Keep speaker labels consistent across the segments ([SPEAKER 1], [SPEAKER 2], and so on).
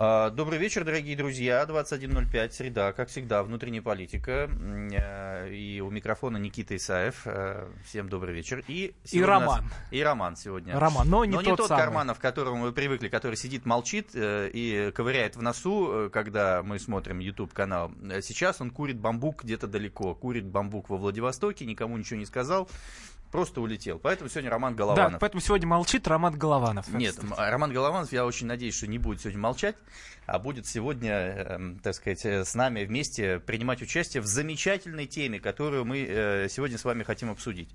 [SPEAKER 1] А, Добрый вечер, дорогие друзья. 21.05, среда, как всегда, внутренняя политика. Э, И у микрофона Никита Исаев. Э, Всем добрый вечер. И, сегодня у
[SPEAKER 2] Роман.
[SPEAKER 1] и Роман сегодня.
[SPEAKER 2] Роман, но не
[SPEAKER 1] Но не
[SPEAKER 2] тот
[SPEAKER 1] тот
[SPEAKER 2] самый.
[SPEAKER 1] Карманов, к которому вы привыкли, который сидит, молчит э, и ковыряет в носу, э, когда мы смотрим YouTube-канал. Э, Сейчас он курит бамбук где-то далеко. Курит бамбук во Владивостоке, никому ничего не сказал, просто улетел. Поэтому сегодня Роман Голованов.
[SPEAKER 2] Да, поэтому сегодня молчит Роман Голованов. Ну,
[SPEAKER 1] Нет, М- Роман Голованов, я очень надеюсь, что не будет сегодня молчать, а будет сегодня, эм, так сказать, э, с нами вместе принимать участие в замечательной теме, которую мы э, сегодня с вами хотим обсудить.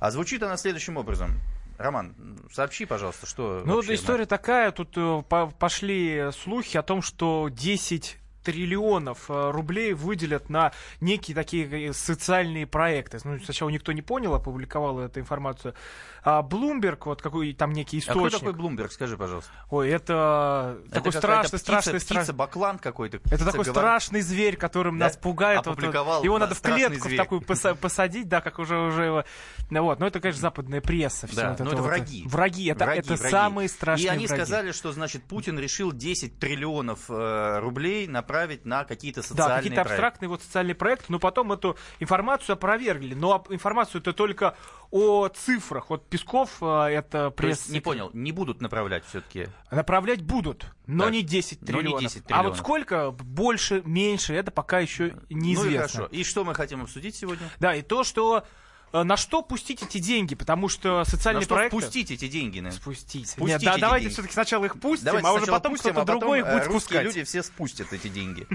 [SPEAKER 1] А звучит она следующим образом. Роман, м, сообщи, пожалуйста, что...
[SPEAKER 2] Ну,
[SPEAKER 1] вообще
[SPEAKER 2] вот история такая, тут э, по- пошли слухи о том, что 10 триллионов э, рублей выделят на некие такие э, социальные проекты. Ну, сначала никто не понял, опубликовал эту информацию. А Bloomberg, вот какой там некий
[SPEAKER 1] А кто
[SPEAKER 2] источник.
[SPEAKER 1] такой Блумберг, скажи, пожалуйста?
[SPEAKER 2] Ой, это
[SPEAKER 1] Это
[SPEAKER 2] такой
[SPEAKER 1] какая-то
[SPEAKER 2] страшный,
[SPEAKER 1] птица-
[SPEAKER 2] страшный,
[SPEAKER 1] птица,
[SPEAKER 2] страшный.
[SPEAKER 1] баклан какой-то.
[SPEAKER 2] Это
[SPEAKER 1] птица
[SPEAKER 2] такой
[SPEAKER 1] говор-
[SPEAKER 2] страшный зверь, которым
[SPEAKER 1] Да?
[SPEAKER 2] нас пугает. Вот- вот.
[SPEAKER 1] Опубликовал,
[SPEAKER 2] его
[SPEAKER 1] да,
[SPEAKER 2] надо в
[SPEAKER 1] страшный
[SPEAKER 2] клетку в
[SPEAKER 1] зверь.
[SPEAKER 2] такую поса- посадить, да, как уже уже его. Ну вот, но это, конечно, западная пресса. всё
[SPEAKER 1] Да,
[SPEAKER 2] вот
[SPEAKER 1] но
[SPEAKER 2] это
[SPEAKER 1] это
[SPEAKER 2] вот.
[SPEAKER 1] враги.
[SPEAKER 2] Враги, это,
[SPEAKER 1] Враги,
[SPEAKER 2] это
[SPEAKER 1] враги.
[SPEAKER 2] самые страшные
[SPEAKER 1] И они
[SPEAKER 2] враги.
[SPEAKER 1] сказали, что, значит, Путин решил 10 триллионов э, рублей направить на какие-то социальные
[SPEAKER 2] Да, какие-то
[SPEAKER 1] проекты.
[SPEAKER 2] абстрактные вот социальные проекты, но потом эту информацию опровергли. Но об- информацию-то только о цифрах. Вот Песков, а, это
[SPEAKER 1] То есть,
[SPEAKER 2] пресс...
[SPEAKER 1] не понял, не будут направлять все-таки.
[SPEAKER 2] Направлять будут, но
[SPEAKER 1] Так,
[SPEAKER 2] не 10
[SPEAKER 1] но не
[SPEAKER 2] триллионов.
[SPEAKER 1] 10
[SPEAKER 2] А
[SPEAKER 1] триллионов.
[SPEAKER 2] вот сколько, больше, меньше, это пока еще неизвестно.
[SPEAKER 1] Ну и хорошо. И что мы хотим обсудить сегодня?
[SPEAKER 2] Да, и то, что э, на что пустить эти деньги, потому что
[SPEAKER 1] На
[SPEAKER 2] социальные
[SPEAKER 1] что
[SPEAKER 2] проекты...
[SPEAKER 1] впустить эти деньги? наверное?
[SPEAKER 2] Спустить.
[SPEAKER 1] Спустить
[SPEAKER 2] Нет, да,
[SPEAKER 1] эти
[SPEAKER 2] давайте
[SPEAKER 1] деньги.
[SPEAKER 2] все-таки сначала их пустим,
[SPEAKER 1] Давайте
[SPEAKER 2] а уже
[SPEAKER 1] сначала
[SPEAKER 2] потом
[SPEAKER 1] пустим,
[SPEAKER 2] кто-то
[SPEAKER 1] а потом,
[SPEAKER 2] другой их
[SPEAKER 1] э,
[SPEAKER 2] будет
[SPEAKER 1] русские
[SPEAKER 2] пускать.
[SPEAKER 1] люди все спустят эти деньги.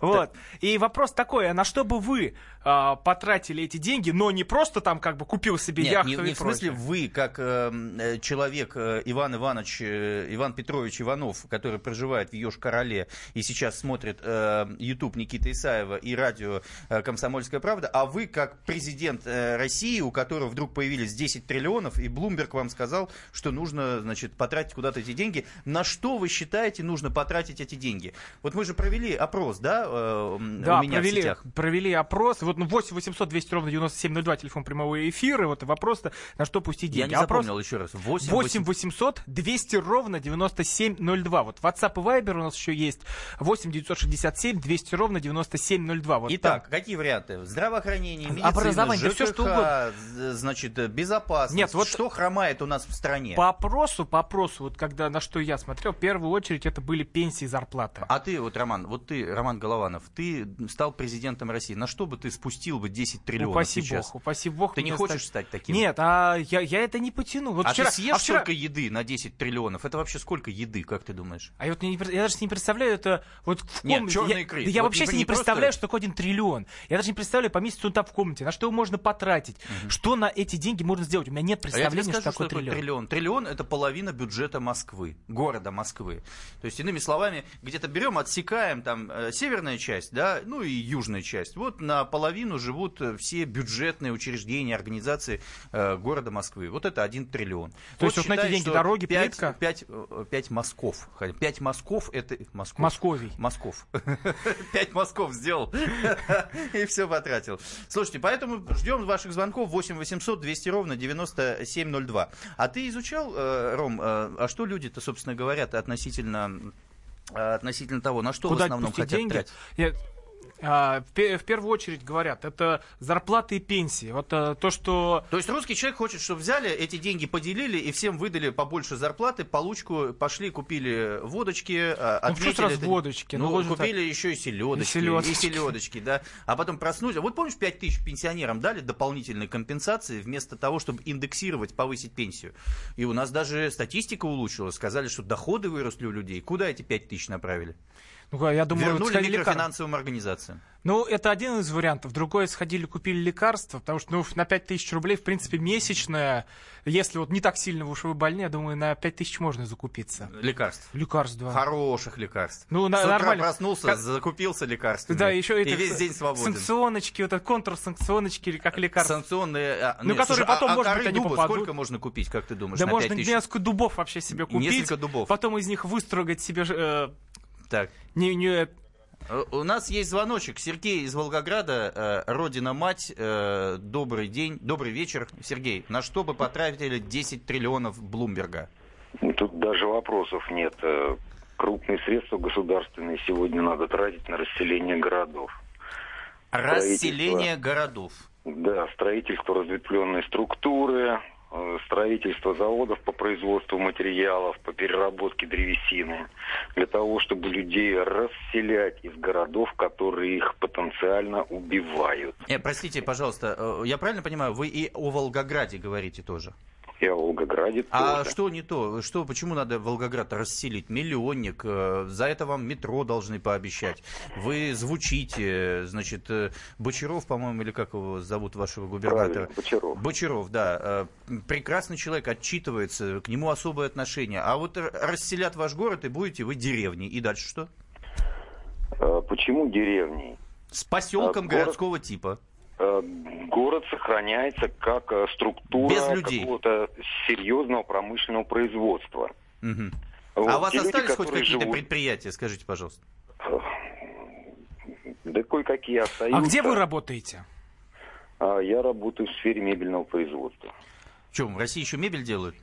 [SPEAKER 2] Вот. И вопрос такой, а на что бы вы а, потратили эти деньги, но не просто там как бы купил себе
[SPEAKER 1] Нет,
[SPEAKER 2] яхту
[SPEAKER 1] не, не
[SPEAKER 2] и
[SPEAKER 1] в смысле
[SPEAKER 2] прочее?
[SPEAKER 1] вы, как эм, э, человек э, Иван Иванович, э, Иван Петрович Иванов, который проживает в Ёж-Короле и сейчас смотрит э, YouTube Никиты Исаева и радио э, «Комсомольская правда», а вы, как президент э, России, у которого вдруг появились 10 триллионов, и Блумберг вам сказал, что нужно, значит, потратить куда-то эти деньги. На что вы считаете нужно потратить эти деньги? Вот мы же провели опрос, да, э, м,
[SPEAKER 2] Да,
[SPEAKER 1] у меня в
[SPEAKER 2] провели,
[SPEAKER 1] сетях.
[SPEAKER 2] провели опрос. Вот ну, 8 800 200 ровно 9702, телефон прямого эфира. Вот и вопрос-то, на что пустить деньги.
[SPEAKER 1] Я не
[SPEAKER 2] Опрос-
[SPEAKER 1] запомнил еще раз. 8,
[SPEAKER 2] 8 800 200 ровно 9702. Вот WhatsApp и Viber у нас еще есть. 8 967 200 ровно 9702. Вот
[SPEAKER 1] Итак,
[SPEAKER 2] так.
[SPEAKER 1] какие варианты? Здравоохранение, медицина,
[SPEAKER 2] Образование, да
[SPEAKER 1] ЖКХ,
[SPEAKER 2] всё, что угодно.
[SPEAKER 1] а, з- значит, э, безопасность.
[SPEAKER 2] Нет, вот-
[SPEAKER 1] Что хромает у нас в стране?
[SPEAKER 2] По опросу, по опросу, вот когда на что я смотрел, в первую очередь это были пенсии и зарплаты.
[SPEAKER 1] А ты, вот, Роман, вот ты, Роман Голованов, ты стал президентом России. На что бы ты спустил бы
[SPEAKER 2] Ну,
[SPEAKER 1] 10 триллионов
[SPEAKER 2] упаси
[SPEAKER 1] сейчас?
[SPEAKER 2] бог, упаси бог.
[SPEAKER 1] Ты не
[SPEAKER 2] мне
[SPEAKER 1] хочешь
[SPEAKER 2] стать-
[SPEAKER 1] стать таким?
[SPEAKER 2] Нет, а я, я это не потяну. Вот
[SPEAKER 1] а
[SPEAKER 2] вчера,
[SPEAKER 1] ты съешь
[SPEAKER 2] а вчера-
[SPEAKER 1] столько еды на 10 триллионов? Это вообще сколько еды, как ты думаешь?
[SPEAKER 2] А я вот не пр- я даже не представляю это вот в
[SPEAKER 1] Нет,
[SPEAKER 2] комнате.
[SPEAKER 1] чёрной
[SPEAKER 2] я,
[SPEAKER 1] икры.
[SPEAKER 2] да я
[SPEAKER 1] Вот
[SPEAKER 2] вообще
[SPEAKER 1] не
[SPEAKER 2] себе
[SPEAKER 1] при-
[SPEAKER 2] не
[SPEAKER 1] не просто-
[SPEAKER 2] представляю, что такое один триллион. Я даже не представляю по месяцу он там в комнате, на что его можно потратить, что на эти деньги можно сделать. У меня нет
[SPEAKER 1] А я тебе
[SPEAKER 2] представления,
[SPEAKER 1] скажу,
[SPEAKER 2] что
[SPEAKER 1] что,
[SPEAKER 2] такое
[SPEAKER 1] такое
[SPEAKER 2] триллион.
[SPEAKER 1] триллион. Триллион – это половина бюджета Москвы, города Москвы. То есть, иными словами, где-то берем, отсекаем там э, северная часть, да, ну и южная часть. Вот наполовину живут э, все бюджетные учреждения, организации э, города Москвы. Вот это один триллион.
[SPEAKER 2] То есть вот на эти деньги дороги, плитка?
[SPEAKER 1] 5, э, Москов. 5 Москов – это... Москов.
[SPEAKER 2] Московий.
[SPEAKER 1] Москов. Пять Москов сделал и все потратил. Слушайте, поэтому ждем ваших звонков 8 800 200 ровно 9702. А ты изучал, э, Ром, э, а что люди-то, собственно, говорят относительно э, относительно того, на что в
[SPEAKER 2] Куда
[SPEAKER 1] основном
[SPEAKER 2] пустить
[SPEAKER 1] хотят
[SPEAKER 2] деньги?
[SPEAKER 1] тратить?
[SPEAKER 2] Я- а, в, пе- в первую очередь говорят, это зарплаты и пенсии. Вот а, то, что
[SPEAKER 1] То есть русский человек хочет, чтобы взяли, эти деньги поделили и всем выдали побольше зарплаты, получку, пошли, купили
[SPEAKER 2] Ну,
[SPEAKER 1] водочки, э,
[SPEAKER 2] почему
[SPEAKER 1] отметили
[SPEAKER 2] сразу
[SPEAKER 1] это-
[SPEAKER 2] водочки?
[SPEAKER 1] Ну,
[SPEAKER 2] Ну, вот же так.
[SPEAKER 1] купили еще и селедочки,
[SPEAKER 2] И селёдочки.
[SPEAKER 1] и селедочки, да. А потом проснулись. Вот помнишь, 5 тысяч пенсионерам дали дополнительные компенсации вместо того, чтобы индексировать, повысить пенсию. И у нас даже статистика улучшилась. Сказали, что доходы выросли у людей. Куда эти 5 тысяч направили?
[SPEAKER 2] ну, я думаю, вот
[SPEAKER 1] Вернули
[SPEAKER 2] сходили к лекарю.
[SPEAKER 1] микрофинансовым организациям.
[SPEAKER 2] Ну, это один из вариантов. Другое, сходили, купили лекарства, потому что ну, на 5000 рублей, в принципе, месячное, если вот не так сильно вы уж вы больны, я думаю, на 5000 можно закупиться.
[SPEAKER 1] Лекарств.
[SPEAKER 2] Лекарств, да.
[SPEAKER 1] Хороших лекарств.
[SPEAKER 2] Ну, на-
[SPEAKER 1] С утра
[SPEAKER 2] нормально.
[SPEAKER 1] проснулся,
[SPEAKER 2] Как-
[SPEAKER 1] закупился лекарствами.
[SPEAKER 2] Да, еще
[SPEAKER 1] и
[SPEAKER 2] это
[SPEAKER 1] весь день свободен.
[SPEAKER 2] Санкционочки, вот это контрсанкционочки или как лекарства.
[SPEAKER 1] Санкционные... а,
[SPEAKER 2] Ну,
[SPEAKER 1] нет,
[SPEAKER 2] которые
[SPEAKER 1] слушай, а-
[SPEAKER 2] потом,
[SPEAKER 1] а
[SPEAKER 2] может
[SPEAKER 1] коры
[SPEAKER 2] быть, они
[SPEAKER 1] дуба
[SPEAKER 2] попадут.
[SPEAKER 1] сколько можно купить, как ты думаешь,
[SPEAKER 2] Да
[SPEAKER 1] на
[SPEAKER 2] можно
[SPEAKER 1] 5 тысяч?
[SPEAKER 2] несколько дубов вообще себе купить.
[SPEAKER 1] Несколько дубов.
[SPEAKER 2] Потом из них выстрогать себе ж, э,
[SPEAKER 1] Так. Э,
[SPEAKER 2] не, не,
[SPEAKER 1] У нас есть звоночек. Сергей из Волгограда, э, родина-мать. э, Добрый день, добрый вечер. Сергей, на что бы потратили 10 триллионов Блумберга?
[SPEAKER 3] Ну, Тут даже вопросов нет. Э, Крупные средства государственные сегодня надо тратить на расселение городов.
[SPEAKER 1] Расселение городов.
[SPEAKER 3] Да, строительство разветвленной структуры, э, строительство заводов по производству материалов, по переработке древесины, для того, чтобы людей расселять из городов, которые их потенциально убивают.
[SPEAKER 1] Э, простите, пожалуйста, э, я правильно понимаю, вы и о Волгограде говорите тоже?
[SPEAKER 3] И о Волгограде
[SPEAKER 1] А
[SPEAKER 3] тоже.
[SPEAKER 1] что не то? Что, почему надо Волгоград расселить? Миллионник, э, за это вам метро должны пообещать. Вы звучите, э, значит, э, Бочаров, по-моему, или как его зовут, вашего губернатора?
[SPEAKER 3] Правильно, Бочаров.
[SPEAKER 1] Бочаров, да. э, Прекрасный человек, отчитывается, к нему особое отношение. А вот р- расселят ваш город, и будете вы деревней. И дальше что?
[SPEAKER 3] Э, Почему деревни?
[SPEAKER 1] С поселком
[SPEAKER 3] А, город-
[SPEAKER 1] городского типа.
[SPEAKER 3] Э, город сохраняется как э, структура
[SPEAKER 1] Без людей.
[SPEAKER 3] какого-то серьезного промышленного производства.
[SPEAKER 1] Мгм.
[SPEAKER 3] Вот
[SPEAKER 1] А у вас
[SPEAKER 3] те люди,
[SPEAKER 1] остались хоть
[SPEAKER 3] которые
[SPEAKER 1] какие-то
[SPEAKER 3] живут-
[SPEAKER 1] предприятия, скажите, пожалуйста?
[SPEAKER 3] Да кое-какие остаются.
[SPEAKER 2] А где вы работаете?
[SPEAKER 3] А, Я работаю в сфере мебельного производства.
[SPEAKER 1] В чем, в России еще мебель делают?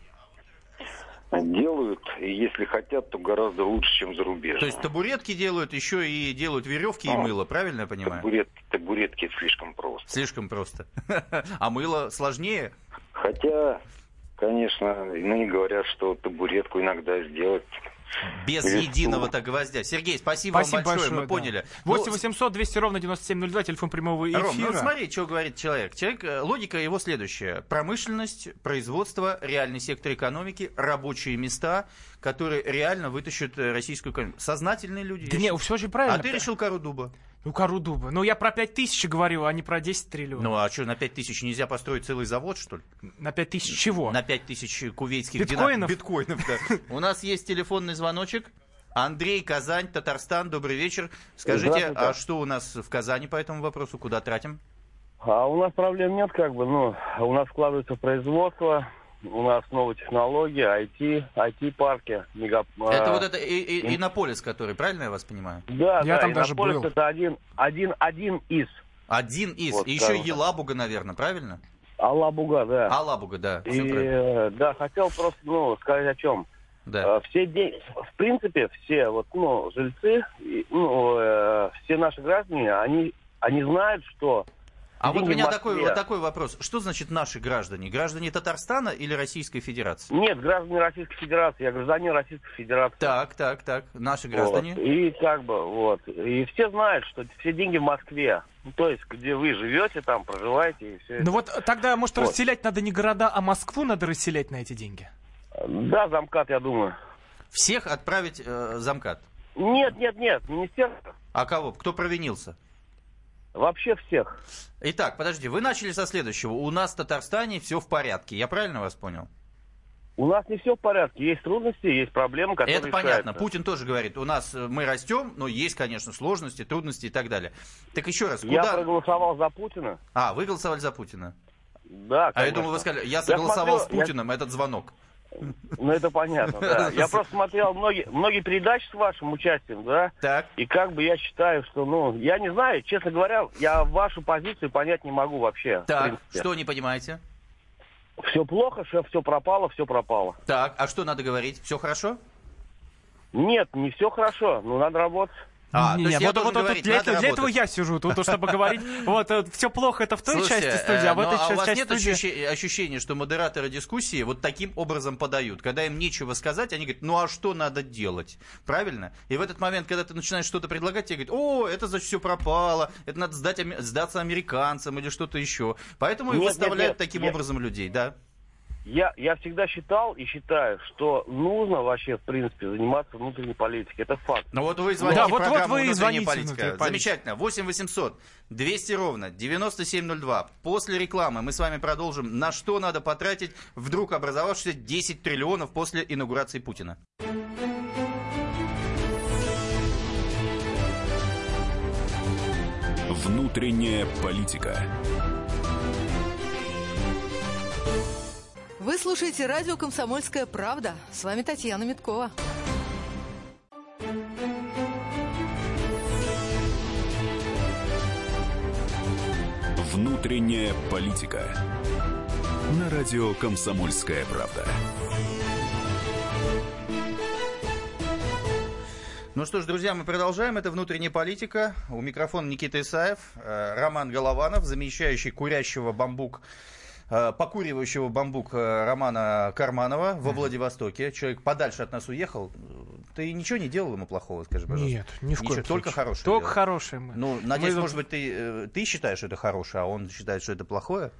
[SPEAKER 3] Делают, и если хотят, то гораздо лучше, чем зарубежные.
[SPEAKER 1] То есть табуретки делают, еще и делают веревки и
[SPEAKER 3] А.
[SPEAKER 1] мыло, правильно я понимаю?
[SPEAKER 3] Табуретки, табуретки это слишком просто.
[SPEAKER 1] Слишком просто. А мыло сложнее?
[SPEAKER 3] Хотя, конечно, иные говорят, что табуретку иногда сделать.
[SPEAKER 1] Без
[SPEAKER 3] Легко.
[SPEAKER 1] единого-то
[SPEAKER 3] ну.
[SPEAKER 1] гвоздя. Сергей, спасибо,
[SPEAKER 2] Спасибо
[SPEAKER 1] вам большое, мы
[SPEAKER 2] да.
[SPEAKER 1] поняли. Ну,
[SPEAKER 2] 8 800 200 ровно 9702, телефон прямого эфира.
[SPEAKER 1] Ром, ну вот смотри, что говорит человек. человек. э, Логика его следующая. Промышленность, производство, реальный сектор экономики, рабочие места, которые реально вытащат э, российскую экономику. Сознательные люди.
[SPEAKER 2] да
[SPEAKER 1] я
[SPEAKER 2] не, все очень
[SPEAKER 1] считаю.
[SPEAKER 2] правильно.
[SPEAKER 1] а ты решил кору дуба.
[SPEAKER 2] Ну, кору дуба. Ну, я про 5000 говорю, а не про 10 триллионов.
[SPEAKER 1] Ну а что, на 5 тысяч нельзя построить целый завод, что ли?
[SPEAKER 2] На 5000 чего?
[SPEAKER 1] На 5 тысяч кувейтских
[SPEAKER 2] Биткоинов?
[SPEAKER 1] динар- Биткоинов, да. У нас есть телефонный звоночек. Андрей, Казань, Татарстан, добрый вечер. Скажите,
[SPEAKER 4] Здравствуйте.
[SPEAKER 1] а что у нас в Казани по этому вопросу? Куда тратим?
[SPEAKER 4] А у нас проблем нет, как бы, ну, у нас складывается производство, у нас новые технологии, IT, IT-парки, мега...
[SPEAKER 1] Это
[SPEAKER 4] а,
[SPEAKER 1] вот это и- и- Иннополис, который, правильно я вас понимаю?
[SPEAKER 4] Да,
[SPEAKER 2] Я
[SPEAKER 4] да,
[SPEAKER 2] там даже
[SPEAKER 4] Иннополис
[SPEAKER 2] был.
[SPEAKER 4] это один, один, один из
[SPEAKER 1] Один из.
[SPEAKER 4] Вот,
[SPEAKER 1] и еще
[SPEAKER 4] да.
[SPEAKER 1] Елабуга, наверное, правильно?
[SPEAKER 4] Алабуга, да.
[SPEAKER 1] Алабуга, да. всё
[SPEAKER 4] И,
[SPEAKER 1] правильно.
[SPEAKER 4] э, да, хотел просто, ну, сказать о чем.
[SPEAKER 1] Да.
[SPEAKER 4] Э, Все де- в принципе, все вот, ну, жильцы, и, ну, э, все наши граждане, они, они знают, что
[SPEAKER 1] А вот у
[SPEAKER 4] деньги в
[SPEAKER 1] меня
[SPEAKER 4] Москве.
[SPEAKER 1] такой, вот такой вопрос. Что значит наши граждане? Граждане Татарстана или Российской Федерации?
[SPEAKER 4] нет граждане Российской Федерации, я гражданин Российской Федерации.
[SPEAKER 1] Так, так, так. Наши
[SPEAKER 4] Вот.
[SPEAKER 1] граждане.
[SPEAKER 4] И как бы вот. И все знают, что все деньги в Москве. Ну, то есть, где вы живете, там проживаете и все.
[SPEAKER 2] Ну вот тогда, может,
[SPEAKER 4] Вот.
[SPEAKER 2] расселять надо не города, а Москву надо расселять на эти деньги.
[SPEAKER 4] Да, замкат, я думаю.
[SPEAKER 1] Всех отправить э, замкат.
[SPEAKER 4] Нет, нет, нет, министерство.
[SPEAKER 1] А кого? Кто провинился?
[SPEAKER 4] Вообще всех.
[SPEAKER 1] Итак, подожди, вы начали со следующего. У нас в Татарстане все в порядке. Я правильно вас понял?
[SPEAKER 4] У нас не все в порядке. Есть трудности, есть проблемы, которые
[SPEAKER 1] Это понятно.
[SPEAKER 4] решаются.
[SPEAKER 1] Путин тоже говорит, у нас э, мы растем, но есть, конечно, сложности, трудности и так далее. Так еще раз,
[SPEAKER 4] Я
[SPEAKER 1] куда...
[SPEAKER 4] проголосовал за Путина.
[SPEAKER 1] А, вы голосовали за Путина.
[SPEAKER 4] Да,
[SPEAKER 1] А я
[SPEAKER 4] конечно.
[SPEAKER 1] думаю, вы сказали, я согласовал с
[SPEAKER 4] смотрю, я-
[SPEAKER 1] Путиным этот звонок.
[SPEAKER 4] Ну, это понятно, да. Я просто смотрел многие, многие передачи с вашим участием, да.
[SPEAKER 1] Так.
[SPEAKER 4] И как бы я считаю, что, ну, я не знаю, честно говоря, я вашу позицию понять не могу вообще. в
[SPEAKER 1] Так,
[SPEAKER 4] принципе.
[SPEAKER 1] что не понимаете?
[SPEAKER 4] Все плохо, шеф, все пропало, все пропало.
[SPEAKER 1] Так, а что надо говорить? Все хорошо?
[SPEAKER 4] Нет, не все хорошо, но надо работать.
[SPEAKER 1] А,
[SPEAKER 2] Не,
[SPEAKER 1] то есть
[SPEAKER 2] не,
[SPEAKER 1] я
[SPEAKER 2] вот-
[SPEAKER 1] должен
[SPEAKER 2] вот- вот
[SPEAKER 1] говорить,
[SPEAKER 2] для,
[SPEAKER 1] надо
[SPEAKER 2] этого- для этого
[SPEAKER 1] работать.
[SPEAKER 2] я сижу тут, чтобы говорить, вот, все плохо это в той
[SPEAKER 1] Слушайте,
[SPEAKER 2] части студии, а в
[SPEAKER 1] э, ну,
[SPEAKER 2] этой
[SPEAKER 1] у
[SPEAKER 2] ча-
[SPEAKER 1] вас
[SPEAKER 2] части
[SPEAKER 1] нет
[SPEAKER 2] студии...
[SPEAKER 1] ощущи- ощущения, что модераторы дискуссии вот таким образом подают? Когда им нечего сказать, они говорят, ну а что надо делать? Правильно? И в этот момент, когда ты начинаешь что-то предлагать, тебе говорят, о, это значит все пропало, это надо сдать, аме- сдаться американцам или что-то еще. Поэтому и
[SPEAKER 4] Нет, нет,
[SPEAKER 1] выставляют
[SPEAKER 4] нет,
[SPEAKER 1] таким
[SPEAKER 4] нет.
[SPEAKER 1] образом людей, да?
[SPEAKER 4] Я, я всегда считал и считаю, что нужно вообще, в принципе, заниматься внутренней политикой. Это факт.
[SPEAKER 1] Ну вот вы и звоните
[SPEAKER 2] Да,
[SPEAKER 1] в
[SPEAKER 2] вот- вот
[SPEAKER 1] программу
[SPEAKER 2] вы и
[SPEAKER 1] «Внутренняя
[SPEAKER 2] звоните
[SPEAKER 1] политика».
[SPEAKER 2] «Внутренняя политика».
[SPEAKER 1] Замечательно. 8 800 200 ровно 9702. После рекламы мы с вами продолжим, на что надо потратить вдруг образовавшиеся 10 триллионов после инаугурации Путина.
[SPEAKER 5] Внутренняя политика.
[SPEAKER 6] Вы слушаете радио «Комсомольская правда». С вами Татьяна Миткова.
[SPEAKER 5] Внутренняя политика. На радио Комсомольская правда.
[SPEAKER 1] Ну что ж, друзья, мы продолжаем. Это «Внутренняя политика». У микрофона Никита Исаев, э, Роман Голованов, замещающий курящего бамбук э, покуривающего бамбук э, Романа Карманова во Владивостоке. Человек подальше от нас уехал. Ты ничего не делал ему плохого, скажи, пожалуйста?
[SPEAKER 2] Нет, ни в
[SPEAKER 1] Ничего,
[SPEAKER 2] коем
[SPEAKER 1] только
[SPEAKER 2] случае.
[SPEAKER 1] хорошее
[SPEAKER 2] Только
[SPEAKER 1] дело.
[SPEAKER 2] хорошие мы.
[SPEAKER 1] Ну, надеюсь,
[SPEAKER 2] Мы-
[SPEAKER 1] может быть, ты, э, ты считаешь, что это хорошее, а он считает, что это плохое?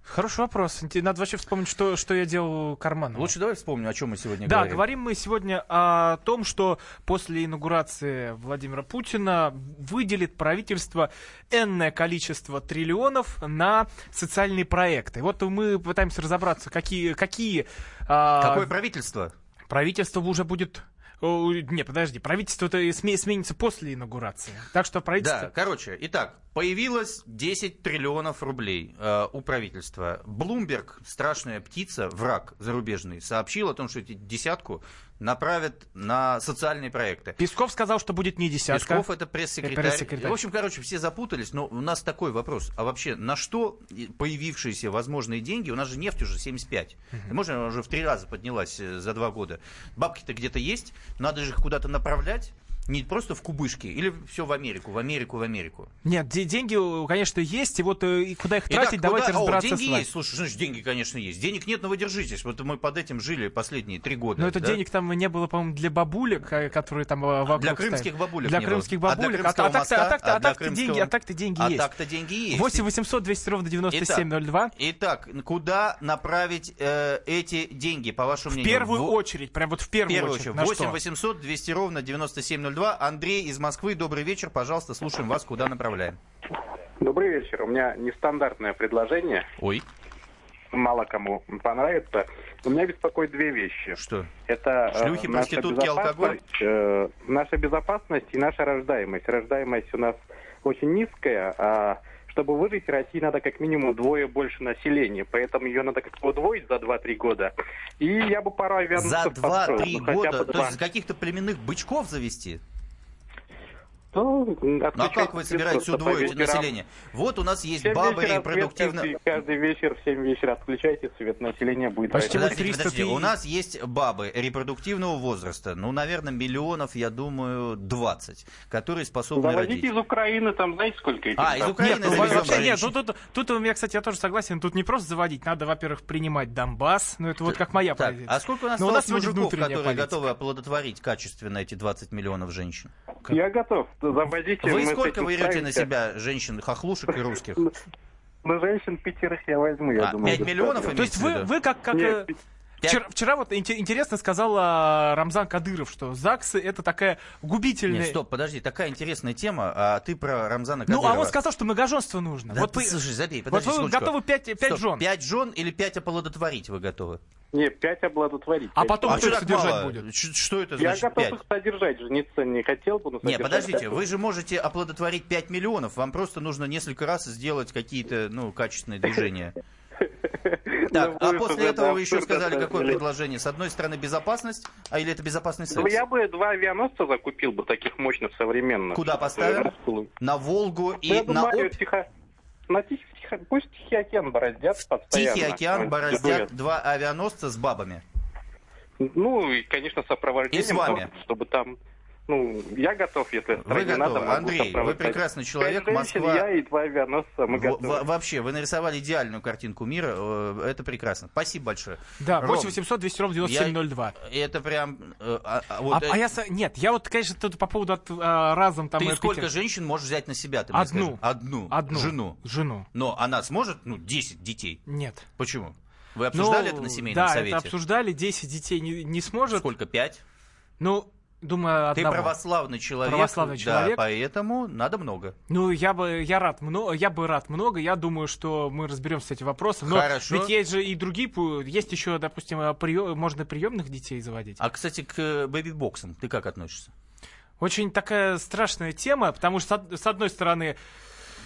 [SPEAKER 2] Хороший вопрос. Инте- Надо вообще вспомнить, что, что я делал карманом.
[SPEAKER 1] Лучше давай вспомним, о чем мы сегодня
[SPEAKER 2] Да,
[SPEAKER 1] говорим.
[SPEAKER 2] говорим мы сегодня о том, что после инаугурации Владимира Путина выделит правительство энное количество триллионов на социальные проекты. Вот мы пытаемся разобраться, какие, какие а,
[SPEAKER 1] Какое правительство?
[SPEAKER 2] правительство уже будет... О, Не, подожди, правительство-то и сме- сменится после инаугурации. Так что
[SPEAKER 1] Да,
[SPEAKER 2] правительство...
[SPEAKER 1] короче, итак, появилось 10 триллионов рублей э, у правительства. Блумберг, страшная птица, враг зарубежный, сообщил о том, что эти десятку направят на социальные проекты.
[SPEAKER 2] Песков сказал, что будет не десятка.
[SPEAKER 1] Песков это пресс-секретарь.
[SPEAKER 2] Пресс-секретарь.
[SPEAKER 1] В общем, короче, все запутались, но у нас такой вопрос. А вообще, на что и- появившиеся возможные деньги? У нас же нефть уже 75. Можно она уже в три раза поднялась э, за два года. Бабки-то где-то есть, надо же их куда-то направлять. Не просто в кубышки, или все в Америку, в Америку, в Америку.
[SPEAKER 2] Нет, де- деньги, э, конечно, есть, и вот э, и куда их
[SPEAKER 1] Итак,
[SPEAKER 2] тратить, давайте
[SPEAKER 1] куда-
[SPEAKER 2] разбираться
[SPEAKER 1] О, деньги
[SPEAKER 2] с вами.
[SPEAKER 1] есть, слушай, значит, деньги, конечно, есть. Денег нет, но вы держитесь. Вот мы под этим жили последние три года.
[SPEAKER 2] Но это
[SPEAKER 1] да?
[SPEAKER 2] денег там не было, по-моему, для бабулек, э, которые там э, вокруг
[SPEAKER 1] Для
[SPEAKER 2] стоят.
[SPEAKER 1] крымских бабулек
[SPEAKER 2] Для
[SPEAKER 1] не было.
[SPEAKER 2] крымских
[SPEAKER 1] А для
[SPEAKER 2] бабулек. А,
[SPEAKER 1] Крымского
[SPEAKER 2] а так-то, а
[SPEAKER 1] моста,
[SPEAKER 2] так-то,
[SPEAKER 1] а
[SPEAKER 2] а
[SPEAKER 1] для
[SPEAKER 2] так-то
[SPEAKER 1] крымского-
[SPEAKER 2] деньги, а так-то деньги
[SPEAKER 1] А
[SPEAKER 2] есть.
[SPEAKER 1] так-то деньги есть.
[SPEAKER 2] 8 800 200 ровно 9702.
[SPEAKER 1] Итак, куда направить э, эти деньги, по вашему
[SPEAKER 2] В
[SPEAKER 1] мнению?
[SPEAKER 2] первую
[SPEAKER 1] Во-
[SPEAKER 2] очередь, прям вот в
[SPEAKER 1] в
[SPEAKER 2] первую,
[SPEAKER 1] первую
[SPEAKER 2] очередь.
[SPEAKER 1] очередь.
[SPEAKER 2] на
[SPEAKER 1] 8
[SPEAKER 2] что?
[SPEAKER 1] 800 200 ровно 9702. Андрей из Москвы. Добрый вечер. Пожалуйста, слушаем вас. Куда направляем?
[SPEAKER 7] Добрый вечер. У меня нестандартное предложение.
[SPEAKER 1] Ой.
[SPEAKER 7] Мало кому понравится. Но меня беспокоит две вещи.
[SPEAKER 1] Что?
[SPEAKER 7] Это э,
[SPEAKER 1] Шлюхи,
[SPEAKER 7] наша
[SPEAKER 1] проститутки, алкоголь?
[SPEAKER 7] безопасность, э, наша безопасность и наша рождаемость. Рождаемость у нас очень низкая. а чтобы выжить, России надо как минимум вдвое больше населения. Поэтому ее надо как-то удвоить за 2-3 года. И я бы пора вернуться
[SPEAKER 1] За
[SPEAKER 7] в постройку,
[SPEAKER 1] 2-3
[SPEAKER 7] ну, хотя
[SPEAKER 1] года?
[SPEAKER 7] бы
[SPEAKER 1] То
[SPEAKER 7] два.
[SPEAKER 1] есть каких-то племенных бычков завести?
[SPEAKER 7] Ну,
[SPEAKER 1] Ну, а
[SPEAKER 7] отключайте
[SPEAKER 1] как вы собираетесь
[SPEAKER 7] просто по
[SPEAKER 1] удвоить
[SPEAKER 7] вечерам.
[SPEAKER 1] население? Вот у нас есть
[SPEAKER 7] В семь
[SPEAKER 1] бабы
[SPEAKER 7] вечера свет,
[SPEAKER 1] репродуктивно...
[SPEAKER 7] каждый- Каждый вечер в 7 вечера отключайте свет, население будет... расти.
[SPEAKER 2] Почти Всего
[SPEAKER 1] Подождите,
[SPEAKER 2] 300
[SPEAKER 1] подождите.
[SPEAKER 2] тысяч.
[SPEAKER 1] У нас есть бабы репродуктивного возраста, ну, наверное, миллионов, я думаю, 20, которые способны родить.
[SPEAKER 7] Заводите Ну, из Украины, там знаете сколько этих?
[SPEAKER 1] А, из
[SPEAKER 7] там?
[SPEAKER 1] Украины
[SPEAKER 2] Нет, ну,
[SPEAKER 1] завезем
[SPEAKER 2] вообще нет,
[SPEAKER 1] женщин.
[SPEAKER 2] ну, тут, тут у меня, кстати, я тоже согласен, тут не просто заводить, надо, во-первых, принимать Донбасс, ну это вот как моя
[SPEAKER 1] Так,
[SPEAKER 2] позиция.
[SPEAKER 1] а сколько у нас
[SPEAKER 2] Но Ну, у нас
[SPEAKER 1] осталось
[SPEAKER 2] сегодня
[SPEAKER 1] мужиков,
[SPEAKER 2] внутренняя
[SPEAKER 1] которые
[SPEAKER 2] политика.
[SPEAKER 1] готовы оплодотворить качественно эти 20 миллионов женщин?
[SPEAKER 7] Я готов, заводите.
[SPEAKER 1] Вы
[SPEAKER 7] мы с
[SPEAKER 1] сколько
[SPEAKER 7] этим
[SPEAKER 1] вы берете на
[SPEAKER 7] справимся.
[SPEAKER 1] себя женщин, хохлушек и русских?
[SPEAKER 7] Ну, женщин пятерых я возьму, я
[SPEAKER 1] А,
[SPEAKER 7] думаю.
[SPEAKER 1] 5 миллионов
[SPEAKER 2] То есть
[SPEAKER 1] имеется в
[SPEAKER 2] вы,
[SPEAKER 1] виду?
[SPEAKER 2] вы как... как
[SPEAKER 7] Нет,
[SPEAKER 2] э,
[SPEAKER 1] пять.
[SPEAKER 2] Вчера, вчера вот инте- интересно сказала Рамзан Кадыров, что ЗАГСы это такая губительная...
[SPEAKER 1] Нет, стоп, подожди, такая интересная тема, а ты про Рамзана
[SPEAKER 2] ну,
[SPEAKER 1] Кадырова.
[SPEAKER 2] а он сказал, что многоженство нужно.
[SPEAKER 1] Да
[SPEAKER 2] вот
[SPEAKER 1] ты,
[SPEAKER 2] вы,
[SPEAKER 1] слушай, забей,
[SPEAKER 2] вот
[SPEAKER 1] подожди
[SPEAKER 2] вы
[SPEAKER 1] секундочку.
[SPEAKER 2] готовы пять, пять
[SPEAKER 1] Стоп,
[SPEAKER 2] жен,
[SPEAKER 1] Пять жен или пять оплодотворить вы готовы?
[SPEAKER 7] Не, пять обладотворить.
[SPEAKER 2] а потом
[SPEAKER 1] а
[SPEAKER 2] кто
[SPEAKER 1] что
[SPEAKER 2] их
[SPEAKER 1] так
[SPEAKER 2] содержать
[SPEAKER 1] мало?
[SPEAKER 2] будет?
[SPEAKER 1] Ч- Что это
[SPEAKER 7] Я
[SPEAKER 1] значит
[SPEAKER 7] готов
[SPEAKER 1] пять?
[SPEAKER 7] их содержать, жениться не хотел бы, но
[SPEAKER 1] Не,
[SPEAKER 7] содержать
[SPEAKER 1] подождите,
[SPEAKER 7] готов.
[SPEAKER 1] вы же можете оплодотворить 5 миллионов, вам просто нужно несколько раз сделать какие-то, ну, качественные движения. Так,
[SPEAKER 7] Ну,
[SPEAKER 1] а
[SPEAKER 7] будет
[SPEAKER 1] после
[SPEAKER 7] уже
[SPEAKER 1] этого вы
[SPEAKER 7] абсурд,
[SPEAKER 1] еще сказали,
[SPEAKER 7] на
[SPEAKER 1] какое
[SPEAKER 7] самом деле.
[SPEAKER 1] предложение? С одной стороны безопасность, а или это безопасный
[SPEAKER 7] Ну,
[SPEAKER 1] секс?
[SPEAKER 7] я бы два авианосца закупил бы, таких мощных, современных.
[SPEAKER 1] Куда поставим?
[SPEAKER 7] Ну,
[SPEAKER 1] На Волгу и
[SPEAKER 7] я
[SPEAKER 1] на
[SPEAKER 7] думаю,
[SPEAKER 1] Обь?
[SPEAKER 7] тихо... на тихо, тихо... пусть Тихий океан бороздят постоянно.
[SPEAKER 1] Тихий океан
[SPEAKER 7] Вот,
[SPEAKER 1] бороздят
[SPEAKER 7] дуэт.
[SPEAKER 1] два авианосца с бабами.
[SPEAKER 7] Ну, и, конечно, сопровождением.
[SPEAKER 1] И с вами.
[SPEAKER 7] потому что, Чтобы там... Ну, я готов, если
[SPEAKER 1] Вы
[SPEAKER 7] стране надо,
[SPEAKER 1] готовы?
[SPEAKER 7] могу
[SPEAKER 1] Андрей, вы
[SPEAKER 7] сопровождать.
[SPEAKER 1] прекрасный человек,
[SPEAKER 7] Пять
[SPEAKER 1] Москва...
[SPEAKER 7] Я и два авианосца, мы
[SPEAKER 1] Во-
[SPEAKER 7] готовы.
[SPEAKER 1] во- вообще, вы нарисовали идеальную картинку мира, э, это прекрасно. Спасибо большое.
[SPEAKER 2] Да,
[SPEAKER 1] Ром,
[SPEAKER 2] 8800 200 ровно 9702.
[SPEAKER 1] Это прям... э, а- а
[SPEAKER 2] А,
[SPEAKER 1] вот, э,
[SPEAKER 2] а я... со- Нет, я вот, конечно, тут по поводу от, а, разом там...
[SPEAKER 1] Ты
[SPEAKER 2] э,
[SPEAKER 1] сколько
[SPEAKER 2] Питер.
[SPEAKER 1] женщин можешь взять на себя? Ты мне
[SPEAKER 2] Одну.
[SPEAKER 1] скажи? Одну.
[SPEAKER 2] Одну.
[SPEAKER 1] Жену.
[SPEAKER 2] Жену.
[SPEAKER 1] Но она сможет, ну, 10 детей.
[SPEAKER 2] Нет. Ну,
[SPEAKER 1] Почему? Вы обсуждали это на семейном
[SPEAKER 2] да,
[SPEAKER 1] совете?
[SPEAKER 2] это обсуждали, 10 детей не, не сможет.
[SPEAKER 1] Сколько? Пять?
[SPEAKER 2] Ну, думаю,
[SPEAKER 1] Ты
[SPEAKER 2] одного.
[SPEAKER 1] православный человек.
[SPEAKER 2] Православный
[SPEAKER 1] да,
[SPEAKER 2] человек.
[SPEAKER 1] поэтому надо много.
[SPEAKER 2] Ну, я бы, я рад, много, я бы рад много. Я думаю, что мы разберемся с этим вопросом. Но
[SPEAKER 1] Хорошо.
[SPEAKER 2] ведь есть же и другие, пу- есть еще, допустим, э, приё- можно приемных детей заводить.
[SPEAKER 1] А, кстати, к э, бэби-боксам ты как относишься?
[SPEAKER 2] Очень такая страшная тема, потому что с од- с одной стороны,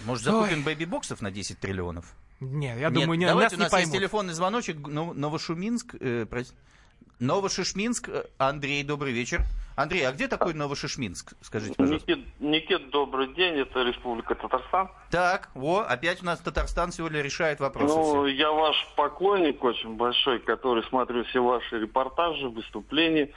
[SPEAKER 1] Может, закупим бэби-боксов на 10 триллионов?
[SPEAKER 2] нет, я
[SPEAKER 1] Нет,
[SPEAKER 2] думаю, не,
[SPEAKER 1] давайте,
[SPEAKER 2] нас не
[SPEAKER 1] у нас есть
[SPEAKER 2] поймут.
[SPEAKER 1] телефонный звоночек. Нов- Новошуминск. э, про- Новошишминск. э, Андрей, добрый вечер. Андрей, а где такой Новошишминск? Скажите, пожалуйста.
[SPEAKER 8] Никит, Никит, добрый день, это Республика Татарстан.
[SPEAKER 1] Так, во, опять у нас Татарстан сегодня решает вопросы.
[SPEAKER 8] Ну,
[SPEAKER 1] все.
[SPEAKER 8] я ваш поклонник очень большой, который смотрю все ваши репортажи, выступления.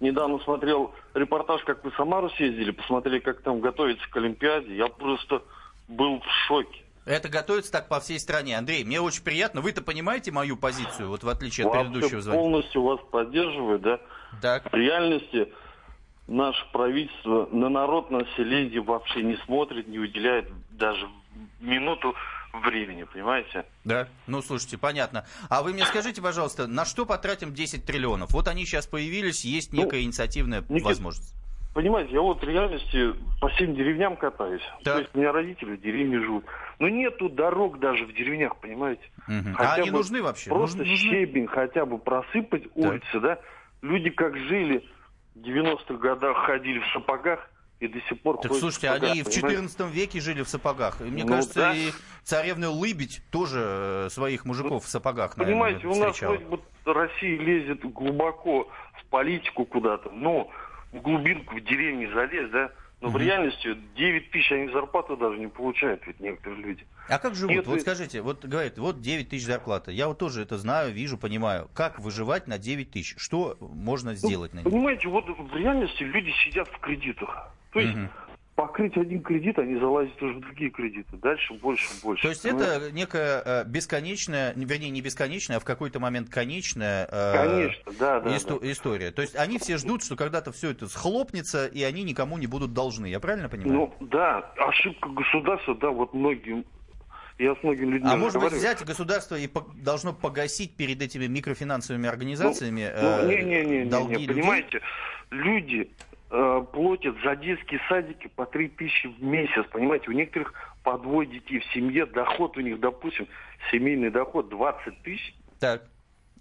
[SPEAKER 8] Недавно смотрел репортаж, как вы в Самару съездили, посмотрели, как там готовится к Олимпиаде. Я просто был в шоке.
[SPEAKER 1] Это готовится так по всей стране. Андрей, мне очень приятно. Вы-то понимаете мою позицию, вот в отличие от
[SPEAKER 8] Вообще
[SPEAKER 1] предыдущего звонка.
[SPEAKER 8] полностью вас поддерживаю, да.
[SPEAKER 1] Так.
[SPEAKER 8] В реальности наше правительство на народ, население вообще не смотрит, не уделяет даже минуту времени, понимаете?
[SPEAKER 1] Да. Ну, слушайте, понятно. А вы мне скажите, пожалуйста, на что потратим 10 триллионов? Вот они сейчас появились, есть
[SPEAKER 8] Ну,
[SPEAKER 1] некая инициативная
[SPEAKER 8] Никит,
[SPEAKER 1] возможность.
[SPEAKER 8] Понимаете, я вот в реальности по всем деревням катаюсь.
[SPEAKER 1] Так.
[SPEAKER 8] То есть у меня родители в деревне живут. Но нету дорог даже в деревнях, понимаете?
[SPEAKER 1] Мгм. А
[SPEAKER 8] хотя
[SPEAKER 1] они
[SPEAKER 8] бы
[SPEAKER 1] нужны вообще?
[SPEAKER 8] Просто
[SPEAKER 1] Нужны- нужны?
[SPEAKER 8] щебень хотя бы просыпать улицы, да? Люди как жили в 90-х годах, ходили в сапогах и до сих пор
[SPEAKER 1] Так
[SPEAKER 8] ходят
[SPEAKER 1] слушайте,
[SPEAKER 8] сапогах,
[SPEAKER 1] они в
[SPEAKER 8] понимаете?
[SPEAKER 1] 14 веке жили в сапогах. И Мне
[SPEAKER 8] Ну,
[SPEAKER 1] кажется,
[SPEAKER 8] да.
[SPEAKER 1] и царевна Лыбедь тоже э, своих мужиков в сапогах, наверное,
[SPEAKER 8] Понимаете, у нас
[SPEAKER 1] встречала.
[SPEAKER 8] вроде бы Россия лезет глубоко в политику куда-то, но в глубинку в деревни залез, да? Но в
[SPEAKER 1] Мгм.
[SPEAKER 8] реальности 9 тысяч они зарплату даже не получают, ведь некоторые люди.
[SPEAKER 1] А как живут?
[SPEAKER 8] Нет,
[SPEAKER 1] вот
[SPEAKER 8] вы-
[SPEAKER 1] скажите, вот говорит, вот 9 тысяч зарплата. Я вот тоже это знаю, вижу, понимаю. Как выживать на 9 тысяч? Что
[SPEAKER 8] Ну,
[SPEAKER 1] можно сделать на них?
[SPEAKER 8] Понимаете, вот в реальности люди сидят в кредитах. То есть
[SPEAKER 1] Мгм.
[SPEAKER 8] покрыть один кредит, они залазят уже в другие кредиты. Дальше больше, больше.
[SPEAKER 1] То есть
[SPEAKER 8] Понимаете?
[SPEAKER 1] это некая э, бесконечная, вернее, не бесконечная, а в какой-то момент конечная э,
[SPEAKER 8] Конечно, да, да.
[SPEAKER 1] исто- история. То есть они все ждут, что когда-то все это схлопнется, и они никому не будут должны. Я правильно
[SPEAKER 8] да.
[SPEAKER 1] понимаю?
[SPEAKER 8] Ну, да, ошибка государства, да, вот многим... Я с многими людьми
[SPEAKER 1] А может быть
[SPEAKER 8] разговариваю.
[SPEAKER 1] взять государство и по- должно погасить перед этими микрофинансовыми организациями э,
[SPEAKER 8] Ну, не, не, не, не,
[SPEAKER 1] долги
[SPEAKER 8] не,
[SPEAKER 1] людей?
[SPEAKER 8] понимаете, люди э, платят за детские садики по три тысячи в месяц, понимаете, у некоторых по двое детей в семье, доход у них, допустим, семейный доход 20 тысяч,
[SPEAKER 1] Так.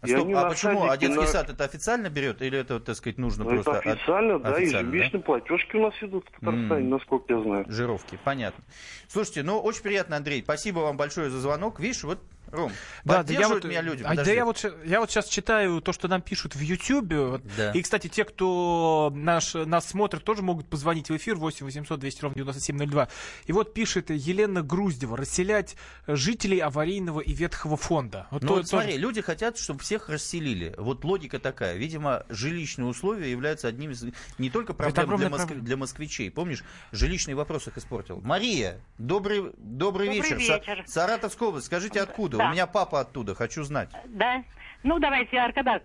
[SPEAKER 8] И
[SPEAKER 1] Стоп,
[SPEAKER 8] они
[SPEAKER 1] а
[SPEAKER 8] на
[SPEAKER 1] почему?
[SPEAKER 8] садике
[SPEAKER 1] А детский
[SPEAKER 8] на-
[SPEAKER 1] сад это официально берет или это, так сказать, нужно
[SPEAKER 8] но
[SPEAKER 1] просто
[SPEAKER 8] это
[SPEAKER 1] от-
[SPEAKER 8] официально, да,
[SPEAKER 1] официально,
[SPEAKER 8] ежемесячные платежки у нас идут в Татарстане,
[SPEAKER 1] М.
[SPEAKER 8] насколько я знаю.
[SPEAKER 1] жировки? Понятно. Слушайте, ну очень приятно, Андрей. Спасибо вам большое за звонок. Видишь, вот Ром, поддерживают меня
[SPEAKER 2] а,
[SPEAKER 1] люди.
[SPEAKER 2] да
[SPEAKER 1] подожди.
[SPEAKER 2] я вот, щ- я вот сейчас читаю то, что нам пишут в Ютьюбе. Вот.
[SPEAKER 1] Да.
[SPEAKER 2] И, кстати, те, кто наш, нас смотрит, тоже могут позвонить в эфир 8 800 200 ровно 9702. И вот пишет Елена Груздева. Расселять жителей аварийного и ветхого фонда. Вот
[SPEAKER 1] Ну,
[SPEAKER 2] то-
[SPEAKER 1] вот
[SPEAKER 2] тоже-
[SPEAKER 1] смотри, люди хотят, чтобы всех расселили. Вот логика такая. Видимо, жилищные условия являются одним из не только проблем для,
[SPEAKER 2] огромная
[SPEAKER 1] моск-
[SPEAKER 2] проблема.
[SPEAKER 1] для москвичей. Помнишь, жилищный вопрос их испортил. Мария, добрый, добрый,
[SPEAKER 9] Добрый
[SPEAKER 1] вечер.
[SPEAKER 9] вечер.
[SPEAKER 1] Саратовская область. Скажите, откуда?
[SPEAKER 9] Да.
[SPEAKER 1] У меня папа оттуда, хочу знать.
[SPEAKER 9] Да. Ну, давайте Аркадак.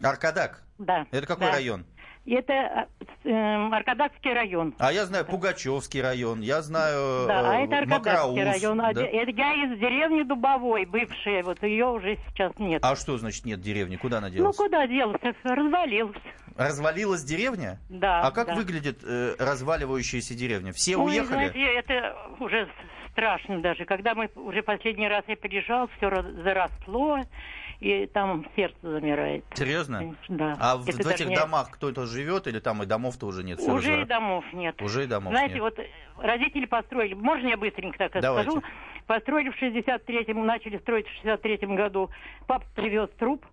[SPEAKER 1] Аркадак.
[SPEAKER 9] Да.
[SPEAKER 1] Это какой
[SPEAKER 9] Да.
[SPEAKER 1] район?
[SPEAKER 9] Это э, эм, Аркадакский район.
[SPEAKER 1] А я знаю Пугачевский район, я знаю
[SPEAKER 9] Да, а
[SPEAKER 1] э,
[SPEAKER 9] это
[SPEAKER 1] Макроуз,
[SPEAKER 9] Аркадакский район. А
[SPEAKER 1] да.
[SPEAKER 9] де- это я из деревни Дубовой, бывшая, вот ее уже сейчас нет.
[SPEAKER 1] А что значит нет деревни? Куда она
[SPEAKER 9] ну,
[SPEAKER 1] делась?
[SPEAKER 9] куда делся? Развалился.
[SPEAKER 1] Развалилась деревня?
[SPEAKER 9] Да.
[SPEAKER 1] а как
[SPEAKER 9] да.
[SPEAKER 1] выглядит э, разваливающаяся деревня? Все
[SPEAKER 9] Ой,
[SPEAKER 1] уехали?
[SPEAKER 9] знаете, это уже с- страшно даже. Когда мы уже последний раз я приезжал, все заросло, и там сердце замирает.
[SPEAKER 1] Серьезно?
[SPEAKER 9] Конечно, Да.
[SPEAKER 1] А в,
[SPEAKER 9] Это
[SPEAKER 1] в
[SPEAKER 9] даже
[SPEAKER 1] этих
[SPEAKER 9] не-
[SPEAKER 1] домах кто-то живет или там и домов-то уже нет? Всё
[SPEAKER 9] Уже и
[SPEAKER 1] разра-
[SPEAKER 9] домов нет.
[SPEAKER 1] Уже и домов
[SPEAKER 9] Знаете,
[SPEAKER 1] нет.
[SPEAKER 9] вот э, родители построили, можно я быстренько так
[SPEAKER 1] Давайте.
[SPEAKER 9] расскажу? Построили в 63-м, начали строить в 63-м году. Папа привез труп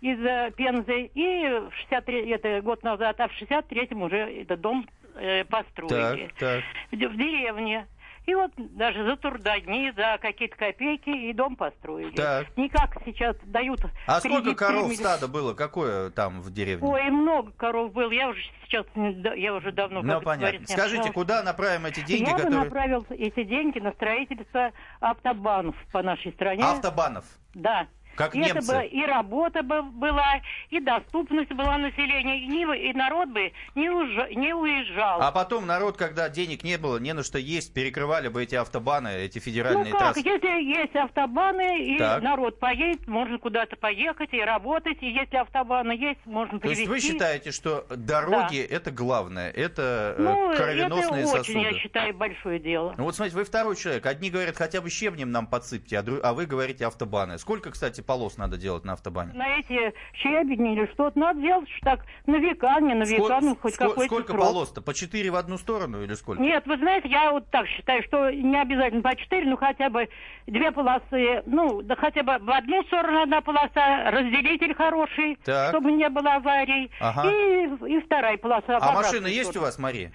[SPEAKER 9] из э, Пензы, и в 63 это год назад, а в 63-м уже этот дом э, построили.
[SPEAKER 1] Так, так.
[SPEAKER 9] В, де- в деревне. И вот даже за трудодни, за какие-то копейки и дом построили.
[SPEAKER 1] Так.
[SPEAKER 9] Не как сейчас дают...
[SPEAKER 1] А
[SPEAKER 9] кредит
[SPEAKER 1] сколько
[SPEAKER 9] три
[SPEAKER 1] коров
[SPEAKER 9] милли-
[SPEAKER 1] стада было? Какое там в деревне?
[SPEAKER 9] Ой, много коров было. Я уже сейчас, не да- я уже давно...
[SPEAKER 1] ну,
[SPEAKER 9] как это
[SPEAKER 1] понятно.
[SPEAKER 9] говорится, не
[SPEAKER 1] Скажите,
[SPEAKER 9] общалась.
[SPEAKER 1] куда направим эти деньги,
[SPEAKER 9] Я бы
[SPEAKER 1] которые...
[SPEAKER 9] направил эти деньги на строительство автобанов по нашей стране.
[SPEAKER 1] Автобанов.
[SPEAKER 9] Да.
[SPEAKER 1] Как
[SPEAKER 9] и
[SPEAKER 1] немцы.
[SPEAKER 9] Это бы и работа бы была, и доступность была населения, и, не вы- и народ бы не, уж- не уезжал.
[SPEAKER 1] А потом народ, когда денег не было, не на что есть, перекрывали бы эти автобаны, эти
[SPEAKER 9] ну
[SPEAKER 1] федеральные
[SPEAKER 9] как,
[SPEAKER 1] трассы.
[SPEAKER 9] если есть автобаны, и
[SPEAKER 1] Так.
[SPEAKER 9] народ поедет, можно куда-то поехать и работать, и если автобаны есть, можно
[SPEAKER 1] То есть
[SPEAKER 9] привезти.
[SPEAKER 1] вы считаете, что дороги это главное, это э,
[SPEAKER 9] ну, это
[SPEAKER 1] кровеносные
[SPEAKER 9] очень,
[SPEAKER 1] сосуды?
[SPEAKER 9] я считаю, большое дело.
[SPEAKER 1] Ну вот смотрите, вы второй человек. Одни говорят, хотя бы щебнем нам подсыпьте, а, дру- а вы говорите автобаны. Сколько, кстати, после полос надо делать на автобане?
[SPEAKER 9] На эти щебень или что-то надо делать, что так на века, не на века, ну хоть
[SPEAKER 1] ско-
[SPEAKER 9] какой-то
[SPEAKER 1] сколько
[SPEAKER 9] срок.
[SPEAKER 1] полос-то? По четыре в одну сторону или сколько?
[SPEAKER 9] Нет, вы знаете, я вот так считаю, что не обязательно по четыре, ну хотя бы две полосы, ну да хотя бы в одну сторону одна полоса, разделитель хороший,
[SPEAKER 1] Так.
[SPEAKER 9] чтобы не было аварий,
[SPEAKER 1] Ага.
[SPEAKER 9] и, и вторая полоса. в
[SPEAKER 1] А
[SPEAKER 9] обратную
[SPEAKER 1] машина есть у
[SPEAKER 9] сторону.
[SPEAKER 1] вас, Мария?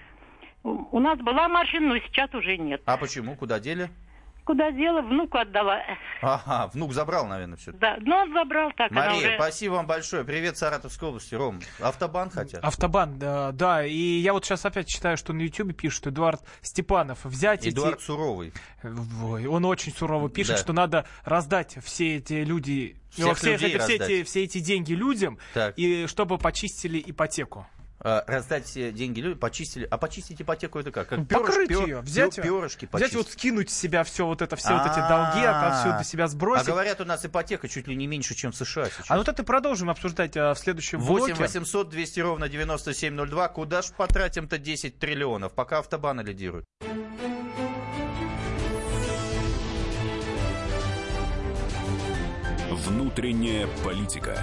[SPEAKER 9] У у нас была машина, но сейчас уже нет.
[SPEAKER 1] А почему? Куда дели?
[SPEAKER 9] Куда дело, внуку отдала.
[SPEAKER 1] Ага, внук забрал, наверное, все.
[SPEAKER 9] Да, но он забрал так, она
[SPEAKER 1] Мария,
[SPEAKER 9] уже...
[SPEAKER 1] спасибо вам большое. Привет Саратовской области, Ром. Автобан хотят?
[SPEAKER 2] А, Автобан, да, да. И я вот сейчас опять читаю, что на Ютубе пишут Эдуард Степанов. Взять
[SPEAKER 1] Эдуард
[SPEAKER 2] эти...
[SPEAKER 1] Суровый.
[SPEAKER 2] Ой, Он очень сурово пишет,
[SPEAKER 1] Да.
[SPEAKER 2] что надо раздать все эти люди...
[SPEAKER 1] Всех
[SPEAKER 2] ну, все,
[SPEAKER 1] людей
[SPEAKER 2] это- все,
[SPEAKER 1] раздать.
[SPEAKER 2] эти, все эти деньги людям,
[SPEAKER 1] Так.
[SPEAKER 2] и чтобы почистили ипотеку.
[SPEAKER 1] А, раздать все деньги людям, почистили. А почистить ипотеку это как? Как
[SPEAKER 2] Покрыть
[SPEAKER 1] пё-
[SPEAKER 2] ее,
[SPEAKER 1] пё-
[SPEAKER 2] взять, её,
[SPEAKER 1] перышки
[SPEAKER 2] взять
[SPEAKER 1] почистить.
[SPEAKER 2] вот скинуть с себя все вот это, все вот эти долги,
[SPEAKER 1] А-а-а.
[SPEAKER 2] отовсюду себя
[SPEAKER 1] А
[SPEAKER 2] сбросить.
[SPEAKER 1] говорят, у нас ипотека чуть ли не меньше, чем в США
[SPEAKER 2] А
[SPEAKER 1] сейчас.
[SPEAKER 2] вот это продолжим обсуждать а, в следующем
[SPEAKER 1] 8
[SPEAKER 2] блоке.
[SPEAKER 1] 800 200 ровно 9702. Куда ж потратим-то 10 триллионов, пока автобаны лидируют?
[SPEAKER 5] Внутренняя политика.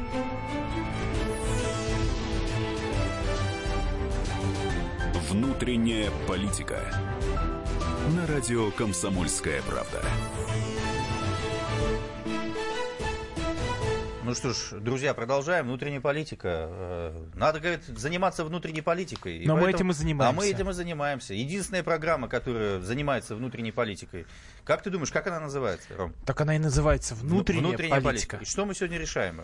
[SPEAKER 5] Внутренняя политика. На радио «Комсомольская правда».
[SPEAKER 1] Ну что ж, друзья, продолжаем. Внутренняя политика. Э, Надо, говорит, заниматься внутренней политикой. И
[SPEAKER 2] Но мы этим и занимаемся.
[SPEAKER 1] А мы этим и занимаемся. Единственная программа, которая занимается внутренней политикой. Как ты думаешь, как она называется, Ром?
[SPEAKER 2] Так она и называется «Внутренняя, политика».
[SPEAKER 1] И что мы сегодня решаем?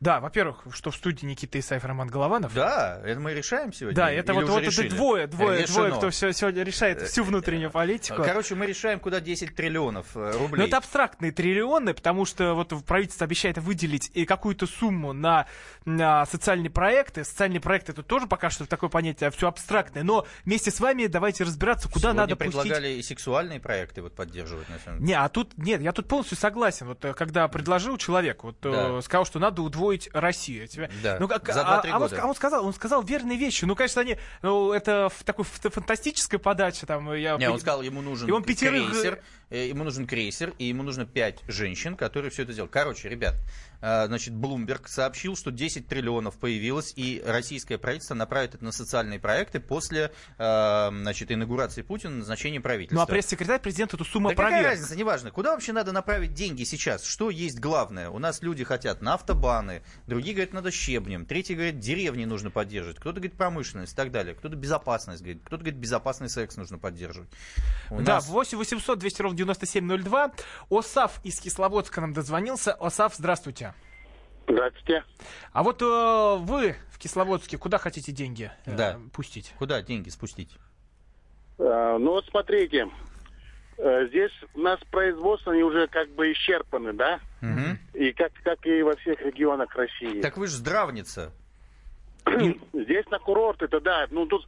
[SPEAKER 2] Да, во-первых, что в студии Никита Исаев, Роман Голованов.
[SPEAKER 1] Да, это мы решаем сегодня?
[SPEAKER 2] Да, это
[SPEAKER 1] Или
[SPEAKER 2] вот,
[SPEAKER 1] уже
[SPEAKER 2] вот это
[SPEAKER 1] решили?
[SPEAKER 2] двое, двое,
[SPEAKER 1] Решено.
[SPEAKER 2] двое, кто все сегодня решает всю внутреннюю политику.
[SPEAKER 1] Э, Короче, мы решаем, куда 10 триллионов э,
[SPEAKER 2] Но
[SPEAKER 1] рублей.
[SPEAKER 2] Ну, это абстрактные триллионы, потому что вот в- правительство обещает выделить и какую-то сумму на, на социальные проекты. Социальные проекты это тоже пока что такое понятие, все абстрактное. Но вместе с вами давайте разбираться, куда
[SPEAKER 1] Сегодня
[SPEAKER 2] надо пустить
[SPEAKER 1] предлагали и сексуальные проекты вот поддерживать, на самом деле.
[SPEAKER 2] Не, а тут нет, я тут полностью согласен. Вот э, когда предложил человек, вот э,
[SPEAKER 1] Да.
[SPEAKER 2] сказал, что надо удвоить Россию. Я тебе-
[SPEAKER 1] Да.
[SPEAKER 2] Ну, как,
[SPEAKER 1] За
[SPEAKER 2] а-
[SPEAKER 1] 2-3
[SPEAKER 2] а он
[SPEAKER 1] года.
[SPEAKER 2] ска- а он сказал, он сказал верные вещи. Ну, конечно, они, ну, это в такой ф- фантастическая подача там. Я
[SPEAKER 1] Не,
[SPEAKER 2] пон-
[SPEAKER 1] он сказал, ему нужен
[SPEAKER 2] И он пятерых-
[SPEAKER 1] крейсер, э, ему нужен крейсер, и ему нужно пять женщин, которые все это делают. Короче, ребят, э, значит, Блумберг сообщил, что 10 триллионов появилось, и российское правительство направит это на социальные проекты после, э, значит, инаугурации Путина, назначения правительства.
[SPEAKER 2] Ну, а пресс-секретарь президента эту сумму
[SPEAKER 1] Да какая
[SPEAKER 2] проверил.
[SPEAKER 1] разница, неважно. Куда вообще надо направить деньги сейчас? Что есть главное? У нас люди хотят на автобаны, другие говорят, надо щебнем, третьи говорят, деревни нужно поддерживать, кто-то говорит промышленность и так далее, кто-то безопасность говорит, кто-то говорит, безопасный секс нужно поддерживать. У
[SPEAKER 2] Да,
[SPEAKER 1] нас-
[SPEAKER 2] 8 800 200 ровно 9702. Осав из Кисловодска нам дозвонился. Осав, здравствуйте.
[SPEAKER 10] Здравствуйте.
[SPEAKER 2] А вот э, вы в Кисловодске куда хотите деньги э,
[SPEAKER 1] Да.
[SPEAKER 2] пустить?
[SPEAKER 1] Куда деньги спустить?
[SPEAKER 10] Э, Ну вот смотрите, Э, здесь у нас производство, они уже как бы исчерпаны, да? И как, как и во всех регионах России.
[SPEAKER 1] Так вы же здравница.
[SPEAKER 10] Здесь на курорт это да, ну тут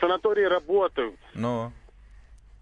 [SPEAKER 10] санатории работают.
[SPEAKER 1] Но,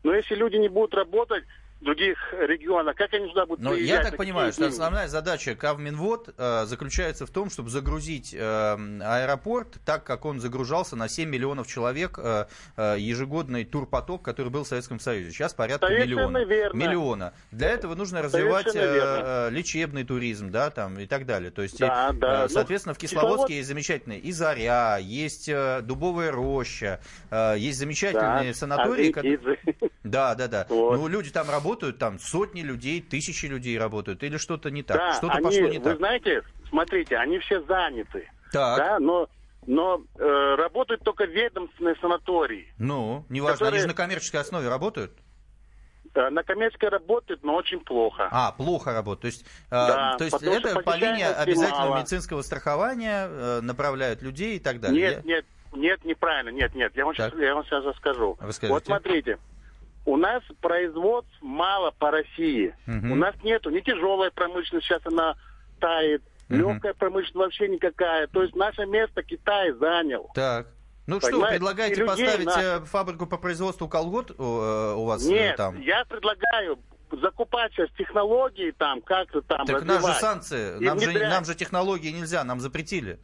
[SPEAKER 10] Но если люди не будут работать в других регионах, как они сюда будут
[SPEAKER 1] но
[SPEAKER 10] приезжать?
[SPEAKER 1] Ну, я
[SPEAKER 10] На
[SPEAKER 1] так
[SPEAKER 10] какие
[SPEAKER 1] понимаю, что
[SPEAKER 10] деньги?
[SPEAKER 1] основная задача Кавминвод э, заключается в том, чтобы загрузить э, аэропорт так, как он загружался на 7 миллионов человек э, э, ежегодный турпоток, который был в Советском Союзе. Сейчас порядка
[SPEAKER 10] Совершенно
[SPEAKER 1] миллиона.
[SPEAKER 10] верно.
[SPEAKER 1] миллиона. Для этого нужно развивать э,
[SPEAKER 10] Совершенно верно.
[SPEAKER 1] э, лечебный туризм, да, там и так далее. То есть,
[SPEAKER 10] Да,
[SPEAKER 1] э,
[SPEAKER 10] да. Ну,
[SPEAKER 1] соответственно, в
[SPEAKER 10] Кисловодск-
[SPEAKER 1] Кисловодске есть замечательные и Заря, есть э, Дубовая роща, э, есть замечательные
[SPEAKER 10] Да. А
[SPEAKER 1] санатории, которые...
[SPEAKER 10] Орджоникидзе.
[SPEAKER 1] Да, да, да.
[SPEAKER 10] Вот.
[SPEAKER 1] Ну, люди там работают, там сотни людей, тысячи людей работают, или что-то не так.
[SPEAKER 10] Да,
[SPEAKER 1] что-то
[SPEAKER 10] они,
[SPEAKER 1] пошло не
[SPEAKER 10] вы
[SPEAKER 1] так.
[SPEAKER 10] знаете, смотрите, они все заняты,
[SPEAKER 1] Так,
[SPEAKER 10] да, но, но э, работают только ведомственные санатории.
[SPEAKER 1] ну, неважно, они
[SPEAKER 10] которые-
[SPEAKER 1] же на коммерческой основе работают.
[SPEAKER 10] Э, На коммерческой работает, но очень плохо.
[SPEAKER 1] А, плохо работают. То есть, э,
[SPEAKER 10] Да,
[SPEAKER 1] то есть
[SPEAKER 10] потому что
[SPEAKER 1] это по линии
[SPEAKER 10] посещаемости
[SPEAKER 1] обязательного
[SPEAKER 10] мало.
[SPEAKER 1] медицинского страхования э, направляют людей и так далее.
[SPEAKER 10] нет, нет, нет, неправильно, нет, нет. Я вам,
[SPEAKER 1] Так. А
[SPEAKER 10] сейчас, я вам сейчас расскажу.
[SPEAKER 1] Расскажите.
[SPEAKER 10] Вот смотрите, У нас производств мало по России.
[SPEAKER 11] Мгм.
[SPEAKER 10] У нас нету ни тяжелая промышленность, сейчас она тает,
[SPEAKER 1] Мгм.
[SPEAKER 10] легкая промышленность вообще никакая. То есть наше место Китай занял.
[SPEAKER 1] Так. Ну что,
[SPEAKER 10] Понимаете, и
[SPEAKER 1] предлагаете
[SPEAKER 10] людей
[SPEAKER 1] поставить
[SPEAKER 10] надо.
[SPEAKER 1] э, фабрику по производству колгот э, у вас э,
[SPEAKER 10] Нет,
[SPEAKER 1] там?
[SPEAKER 10] я предлагаю закупать сейчас технологии там, как-то там
[SPEAKER 1] Так нас же
[SPEAKER 10] развивать.
[SPEAKER 1] санкции,
[SPEAKER 10] И
[SPEAKER 1] нам же,
[SPEAKER 10] внедрять.
[SPEAKER 1] нам же технологии нельзя, нам запретили.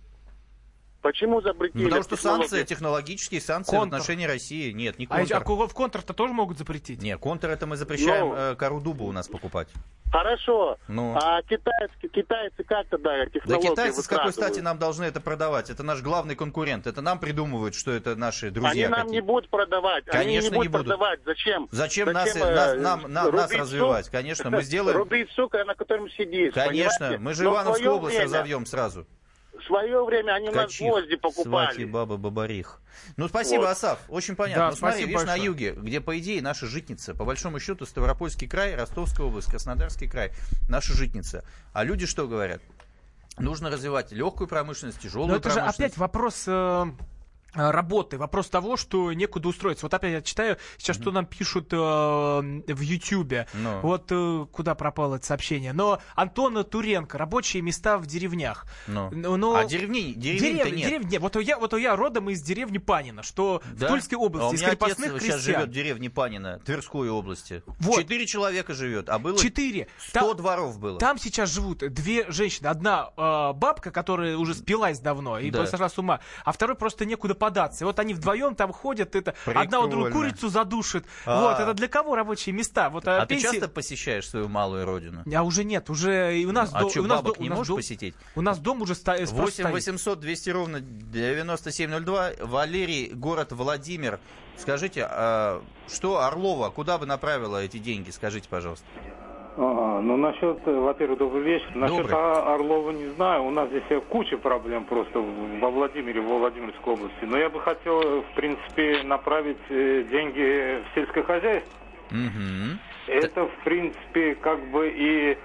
[SPEAKER 10] Почему запретили?
[SPEAKER 1] Ну, потому что
[SPEAKER 10] технологии?
[SPEAKER 1] санкции, технологические санкции
[SPEAKER 2] Контр.
[SPEAKER 1] в отношении России. Нет, не
[SPEAKER 2] А, эти-
[SPEAKER 1] контр.
[SPEAKER 2] а ку- в контр-то тоже могут запретить?
[SPEAKER 1] Нет, контр это мы запрещаем
[SPEAKER 10] Ну.
[SPEAKER 1] э, кору дуба у нас покупать.
[SPEAKER 10] Хорошо.
[SPEAKER 1] Ну.
[SPEAKER 10] А китайцы, китайцы как тогда
[SPEAKER 1] Да
[SPEAKER 10] технологии
[SPEAKER 1] китайцы с какой
[SPEAKER 10] выкрадывают?
[SPEAKER 1] стати нам должны это продавать? Это наш главный конкурент. Это нам придумывают, что это наши
[SPEAKER 10] Они
[SPEAKER 1] друзья
[SPEAKER 10] нам
[SPEAKER 1] какие-то.
[SPEAKER 10] не будут продавать. Они
[SPEAKER 1] Конечно,
[SPEAKER 10] не
[SPEAKER 1] не
[SPEAKER 10] будут
[SPEAKER 1] будут.
[SPEAKER 10] продавать. Зачем?
[SPEAKER 1] Зачем нас-
[SPEAKER 10] э,
[SPEAKER 1] нас- нам- на- нас
[SPEAKER 10] рубить
[SPEAKER 1] развивать?
[SPEAKER 10] сук?
[SPEAKER 1] Конечно, мы сделаем-
[SPEAKER 10] Рубить сука, на котором сидишь.
[SPEAKER 1] Конечно,
[SPEAKER 10] понимаете?
[SPEAKER 1] мы же
[SPEAKER 10] Но в
[SPEAKER 1] Ивановскую
[SPEAKER 10] своё
[SPEAKER 1] область
[SPEAKER 10] время-
[SPEAKER 1] разовьем сразу.
[SPEAKER 10] В свое время они у нас
[SPEAKER 1] Качих,
[SPEAKER 10] гвозди
[SPEAKER 1] свати,
[SPEAKER 10] покупали.
[SPEAKER 1] баба, бабарих. Ну, спасибо,
[SPEAKER 10] Вот.
[SPEAKER 1] Асав. Очень понятно.
[SPEAKER 2] Да,
[SPEAKER 1] ну, смотри,
[SPEAKER 2] спасибо
[SPEAKER 1] видишь, на
[SPEAKER 2] большое.
[SPEAKER 1] юге, где, по идее, наша житница, по большому счету, Ставропольский край, Ростовская область, Краснодарский край, наша житница. А люди что говорят? Нужно развивать легкую промышленность, тяжелую
[SPEAKER 2] Но это же
[SPEAKER 1] промышленность.
[SPEAKER 2] опять вопрос э, работы, вопрос того, что некуда устроиться. Вот опять я читаю сейчас, что нам пишут э, в Ютьюбе.
[SPEAKER 1] Ну.
[SPEAKER 2] Вот э, куда пропало это сообщение. Но Антона Туренко, рабочие места в деревнях.
[SPEAKER 1] Ну.
[SPEAKER 2] Ну, ну,
[SPEAKER 1] А деревни, деревень-то
[SPEAKER 2] деревни-
[SPEAKER 1] нет.
[SPEAKER 2] деревни нет. Вот я, вот я родом из деревни Панина, что
[SPEAKER 1] Да?
[SPEAKER 2] в Тульской
[SPEAKER 1] А у
[SPEAKER 2] области, из
[SPEAKER 1] меня отец
[SPEAKER 2] крепостных
[SPEAKER 1] сейчас живет в
[SPEAKER 2] крестьян.
[SPEAKER 1] деревне Панина, Тверской области.
[SPEAKER 2] Вот.
[SPEAKER 1] Четыре человека живет, а было...
[SPEAKER 2] Четыре.
[SPEAKER 1] Сто дворов было.
[SPEAKER 2] Там сейчас живут две женщины. Одна э, бабка, которая уже спилась давно и
[SPEAKER 1] Да.
[SPEAKER 2] просто сошла с ума, а второй просто некуда податься. И вот они вдвоем там ходят, это одна у другой
[SPEAKER 1] Прикольно.
[SPEAKER 2] курицу задушит.
[SPEAKER 1] А.
[SPEAKER 2] Вот, это для кого рабочие места? Вот, э,
[SPEAKER 1] А ты
[SPEAKER 2] пенсии-
[SPEAKER 1] часто посещаешь свою малую родину?
[SPEAKER 2] А уже нет, уже и у нас,
[SPEAKER 1] А
[SPEAKER 2] до-
[SPEAKER 1] чё,
[SPEAKER 2] у нас,
[SPEAKER 1] бабок
[SPEAKER 2] до- у
[SPEAKER 1] не
[SPEAKER 2] нас
[SPEAKER 1] можешь
[SPEAKER 2] до-
[SPEAKER 1] посетить?
[SPEAKER 2] У нас дом уже ста- э, просто
[SPEAKER 1] 8
[SPEAKER 2] стоит.
[SPEAKER 1] 800 200 ровно 9702. Валерий, город Владимир. Скажите, а что Орлова, куда бы направила эти деньги? Скажите, пожалуйста.
[SPEAKER 12] А, ну, насчет, э, во-первых, добрый вечер. Насчет
[SPEAKER 1] Добрый.
[SPEAKER 12] О- Орлова не знаю. У нас здесь э, куча проблем просто в- во Владимире, во Владимирской области. Но я бы хотел, э, в принципе, направить э, деньги в сельское хозяйство.
[SPEAKER 1] Мгм.
[SPEAKER 12] Это, в принципе, как бы и,